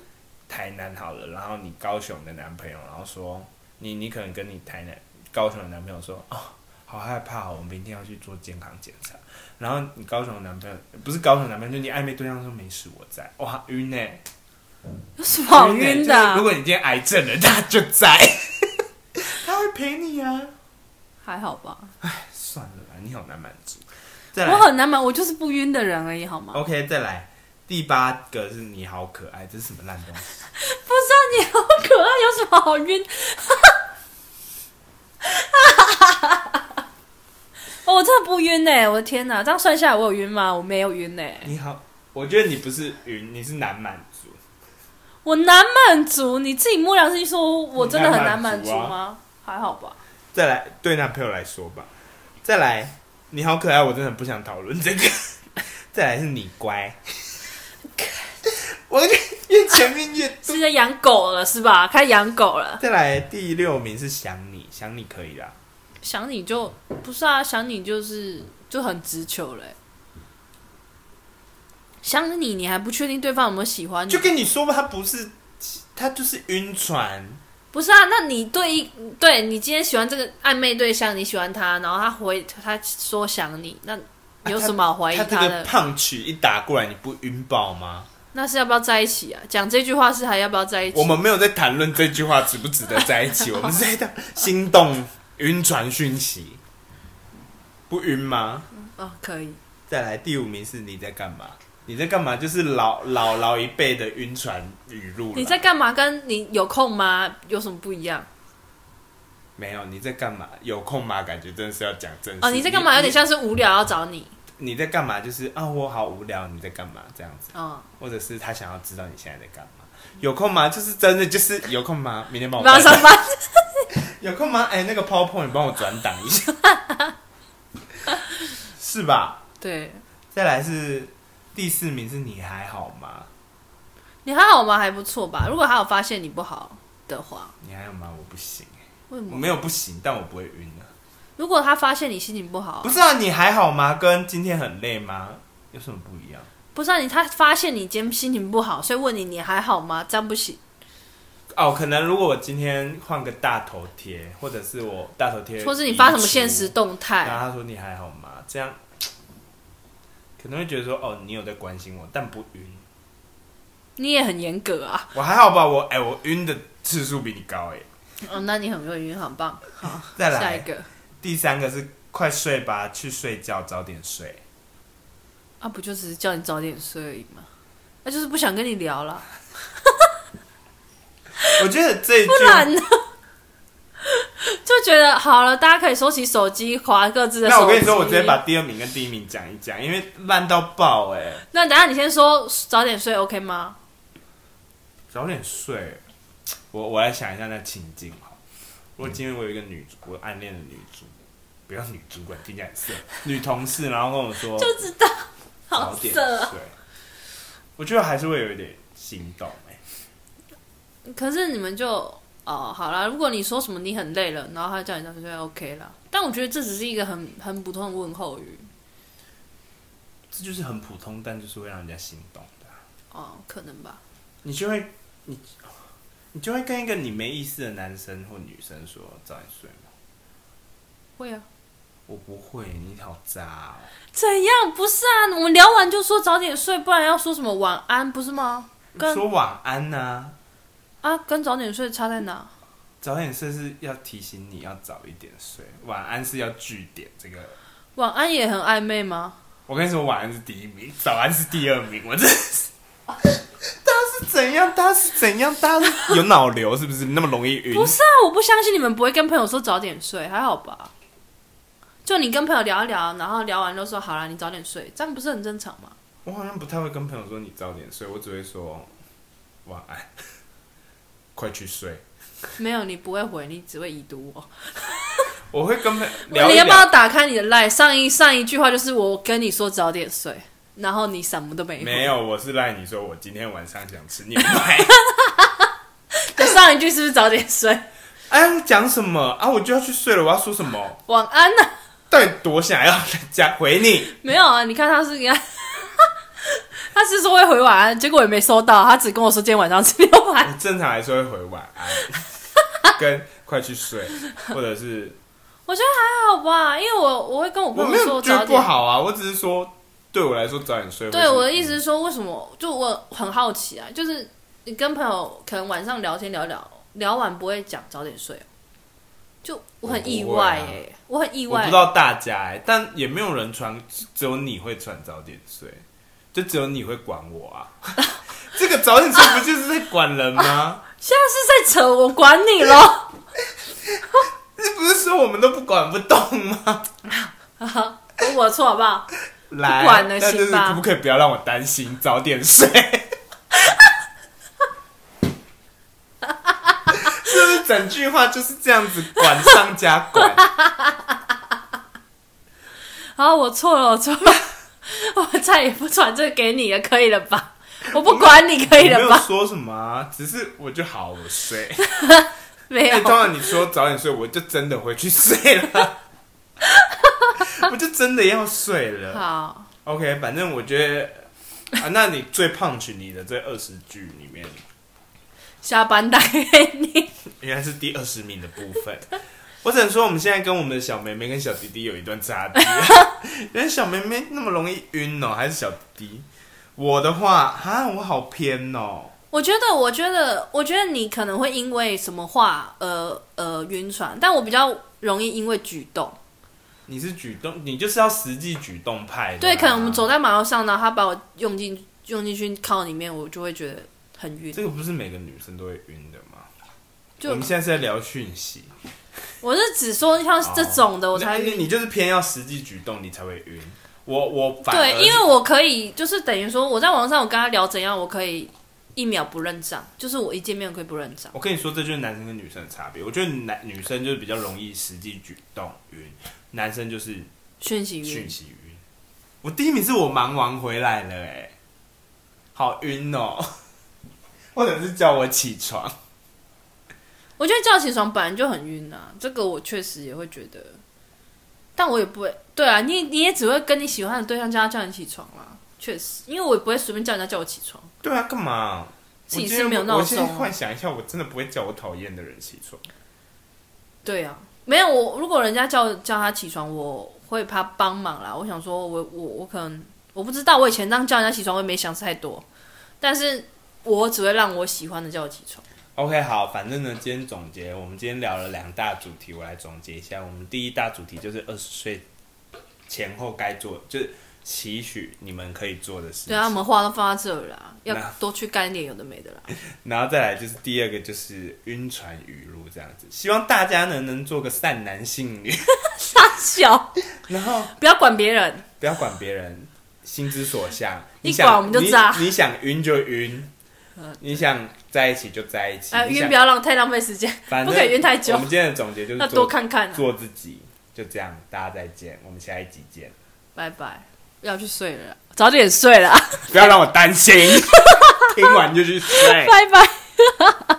A: 台南好了，然后你高雄的男朋友，然后说你你可能跟你台南高雄的男朋友说哦，好害怕、哦，我明天要去做健康检查。然后你高雄的男朋友不是高雄的男朋友，就你暧昧对象说没事我在，哇晕呢、欸，
B: 有 什么 好晕的
A: 欸就
B: 啊、
A: 是如果你今天癌症了，他就在，他会陪你啊。
B: 还好吧，
A: 算了啦，你好难满足。再来
B: 我很难买，我就是不晕的人而已，好吗？
A: OK，再来第八个是你好可爱，这是什么烂东西？
B: 不是啊，你好可爱，有什么好晕？ 哦我真的不晕呢、我的天哪！这样算下来，我有晕吗？我没有晕欸呢、
A: 你好，我觉得你不是云，你是难满足。
B: 我难满足。你自己摸良心说，我真的很难满足
A: 你难啊
B: 吗？还好吧。
A: 再来，对男朋友来说吧，再来，你好可爱，我真的很不想讨论这个。 再来是你乖， 我越越前面越多。
B: 是在养狗了是吧？开始养狗了，
A: 再来第六名是想你，想你可以啦。
B: 想你就不是啊，想你就是就很直球嘞、想你，你还不确定对方有没有喜欢你
A: 就，跟你说吧，他不是，他就是晕船。
B: 不是啊？那你对一对你今天喜欢这个暧昧对象，你喜欢他，然后他回他说想你，那有什么好怀疑
A: 他这
B: 的？
A: 个胖曲一打过来，你不晕爆吗？
B: 那是要不要在一起啊？讲这句话是还要不要在一起？啊
A: 我们没有在谈论这句话值不值得在一起， 我们是在谈心动晕船讯息，不晕吗？
B: 哦，可以。
A: 再来第五名是你在干嘛？你在干嘛？就是老老老一辈的晕船语录了。
B: 你在干嘛？跟你有空吗？有什么不一样？
A: 没有？你在干嘛？有空吗？感觉真的是要讲正事。
B: 哦，你在干嘛？有点
A: 像
B: 像是无聊要找你。
A: 你你在干嘛？就是啊，我好无聊，你在干嘛？这样子，
B: 嗯，
A: 或者是他想要知道你现在在干嘛？有空吗？就是真的就是有空吗？明天帮我
B: 不要
A: 带
B: 上班。
A: 有空吗？哎、那个 PowerPoint 帮我转档一 下，是吧？
B: 对，
A: 再来是第四名是你还好吗？
B: 你还好吗？还不错吧。如果他有发现你不好的话，
A: 你还好吗？我不行、欸
B: 为什
A: 我
B: 么？
A: 没有不行，但我不会晕的、
B: 如果他发现你心情不好
A: 不，是啊，你还好吗？跟今天很累吗？有什么不一样？
B: 不是、啊、你他发现你今天心情不好，所以问你你还好吗？这样不行，
A: 哦，可能如果我今天换个大头贴，或者是我大头贴移除，
B: 或是你发什么现实动
A: 然
B: 态，
A: 后他说你还好吗？这样可能会觉得说哦，你有在关心我，但不晕。
B: 你也很严格啊。
A: 我还好吧，我哎、我晕的次数比你高哎、
B: 嗯，那你很会晕，很棒。好，
A: 再来
B: 下一个
A: 第三个是快睡吧，去睡觉，早点睡。
B: 啊，不就只是叫你早点睡而已吗？那、就是不想跟你聊了，
A: 我觉得这一
B: 不然
A: 句，
B: 呢？ 就觉得好了，大家可以收起手机，划各自的手
A: 那
B: 机。
A: 我跟你说，我直接把第二名跟第一名讲一讲，因为烂到爆哎、
B: 那等一下你先说早点睡，OK 吗？
A: 早点睡。我我来想一下那情境哈，如果今天我有一个女主，我暗恋的女主，不要女主管，听起来很色，女同事，然后跟我说
B: 不知道，
A: 早
B: 好
A: 点
B: 色啊。
A: 睡，我觉得还是会有一点心动哎、
B: 可是你们就哦，好啦，如果你说什么你很累了，然后他叫你早点睡，OK 啦。但我觉得这只是一个很很普通的问候语
A: 这就是很普通，但就是会让人家心动的啊、
B: 哦，可能吧。
A: 你就会你你就会跟一个你没意思的男生或女生说早点睡吗？
B: 会啊？
A: 我不会，你好渣哦！
B: 怎样？不是啊，我们聊完就说早点睡，不然要说什么晚安，不是吗？跟
A: 说晚安呐、
B: 啊，跟早点睡差在哪？
A: 早点睡是要提醒你要早一点睡，晚安是要据点。这个
B: 晚安也很暧昧吗？
A: 我跟你说，晚安是第一名，早安是第二名。我真的是， 他是怎样？他是怎样？他是有脑瘤是不是？那么容易晕？
B: 不是啊，我不相信你们不会跟朋友说早点睡，还好吧？就你跟朋友聊一聊，然后聊完就说好啦，你早点睡，这样不是很正常吗？
A: 我好像不太会跟朋 友说你早点睡，我只会说晚安，快去睡。
B: 没有，你不会回，你只会已读我。
A: 我会 跟朋
B: 你
A: 聊一
B: 要不
A: 聊
B: 要。打开你的 line？上一上一句话就是我跟你说早点睡，然后你什么都没回
A: 没。有，我是赖你说我今天晚上想吃年 麦。
B: 对上一句是不是早点睡？
A: 哎，讲什么啊？我就要去睡了，我要说什么？
B: 晚安呐、
A: 到底多想要人家回你？
B: 没有啊，你看 他是给他，他是说会回晚安，结果也没收到，他只跟我说今天晚上吃牛排。
A: 我正常来说会回晚安， 跟快去睡，或者是
B: 我觉得还好吧，因为我我会跟我
A: 我
B: 朋
A: 没
B: 友说
A: 有觉
B: 早
A: 得不
B: 点。
A: 好啊，我只是说对我来说早点睡。
B: 对我的
A: 思。
B: 意思是说，为什么？就我很好奇啊，就是你跟朋友可能晚上聊天聊聊聊完不会讲早点睡哦、就我很意
A: 我不会
B: 外
A: 啊
B: 哎、我很意
A: 我
B: 外
A: 不知。道大家哎、但也没有人传，只有你会传早点睡，就只有你会管我 啊。这个早点睡不就是在管人吗？
B: 现在是在扯我管你咯。
A: 这、不是说我们都不管不动吗？
B: 都我错好 不好？
A: 来，
B: 管了
A: 但就是
B: 行吧
A: 可不可以不要让我担心？早点 睡，是不是整句话就是这样子管上加 管？
B: 好，我错了，我错了， 我再也不传这个给你了，可以了吧？我不管你可
A: 我
B: 以
A: 没
B: 了
A: 有
B: 吧？
A: 说什么、啊，只是我就好，我 睡。
B: 没有
A: 哎、，当然你说早点睡，我就真的回去睡 了，我就真的要睡了。
B: 好，
A: OK，反正我觉得啊，那你最 punch 你的这二十句里面，
B: 下班打给你。
A: 应该是第二十名的部分。 我只能说，我们现在跟我们的小妹妹跟小弟弟有一段差距， 人家小妹妹那么容易晕哦，还是小弟弟？我的话，哈，我好偏哦。
B: 我觉得，我觉得，我觉得你可能会因为什么话，呃呃，晕船，但我比较容易因为举动。
A: 你是举动，你就是要实际举动派的啊、
B: 对，可能我们走在马路上，然后他把我用进用进去靠里面，我就会觉得很晕。
A: 这个不是每个女生都会晕的吗？我
B: 就
A: 们现在是在聊讯息，
B: 我是只说像这种的，我才
A: 你
B: 晕。
A: 你就是偏要实际举动，你才会晕。我我反而
B: 对，因为我可以，就是等于说我在网络上我跟他聊怎样，我可以一秒不认账，就是我一见面我可以不认账。
A: 我跟你说，这就是男生跟女生的差别。我觉得男女生就是比较容易实际举动晕，男生就是
B: 讯息
A: 讯
B: 晕，
A: 息晕。我第一名是我忙完回来了、哎，好晕哦、 或者是叫我起床，
B: 我觉得叫起床本来就很晕啊，这个我确实也会觉得，但我也不会，对啊，你你也只会跟你喜欢的对象叫他叫你起床啦，确实，因为我也不会随便叫人家叫我起床，
A: 对啊，干嘛？
B: 自己
A: 我今
B: 是
A: 天
B: 没有闹
A: 我现在
B: 钟、啊
A: 幻，想一下，我真的不会叫我讨厌的人起床。
B: 对啊，没有我如果人家叫叫他起床，我会怕帮忙啦，我想说我我我可能我不知道，我以前当叫人家起床，我也没想太多，但是我只会让我喜欢的叫我起床。
A: OK，好，反正呢，今天总结，我们今天聊了两大主题，我来总结一下。我们第一大主题就是二十岁前后该做，就是期许你们可以做的事情。
B: 对啊，我们话都放在这里啦，要
A: 那
B: 多去干一点有的没的啦。
A: 然后再来就是第二个就是晕船语录这样子，希望大家呢能做个善男信女，
B: 大小，
A: 然 后
B: 不要 管别人，
A: 不要管别人，心之所 向。
B: 你
A: 想
B: 管我们就炸
A: 你，你想晕就 晕，你想在一起就在一起。
B: 哎，
A: 你
B: 晕
A: 想
B: 不要浪太浪费时间，
A: 反
B: 不
A: 正
B: 可以晕太久
A: 我们今天的总结 就是
B: 要
A: 做
B: 多看看啊、
A: 做自己，就这样，大家再见，我们下一集见，
B: 拜拜，要去睡了啦，早点睡了啊，
A: 不要让我担心，听完就去睡。
B: 拜拜。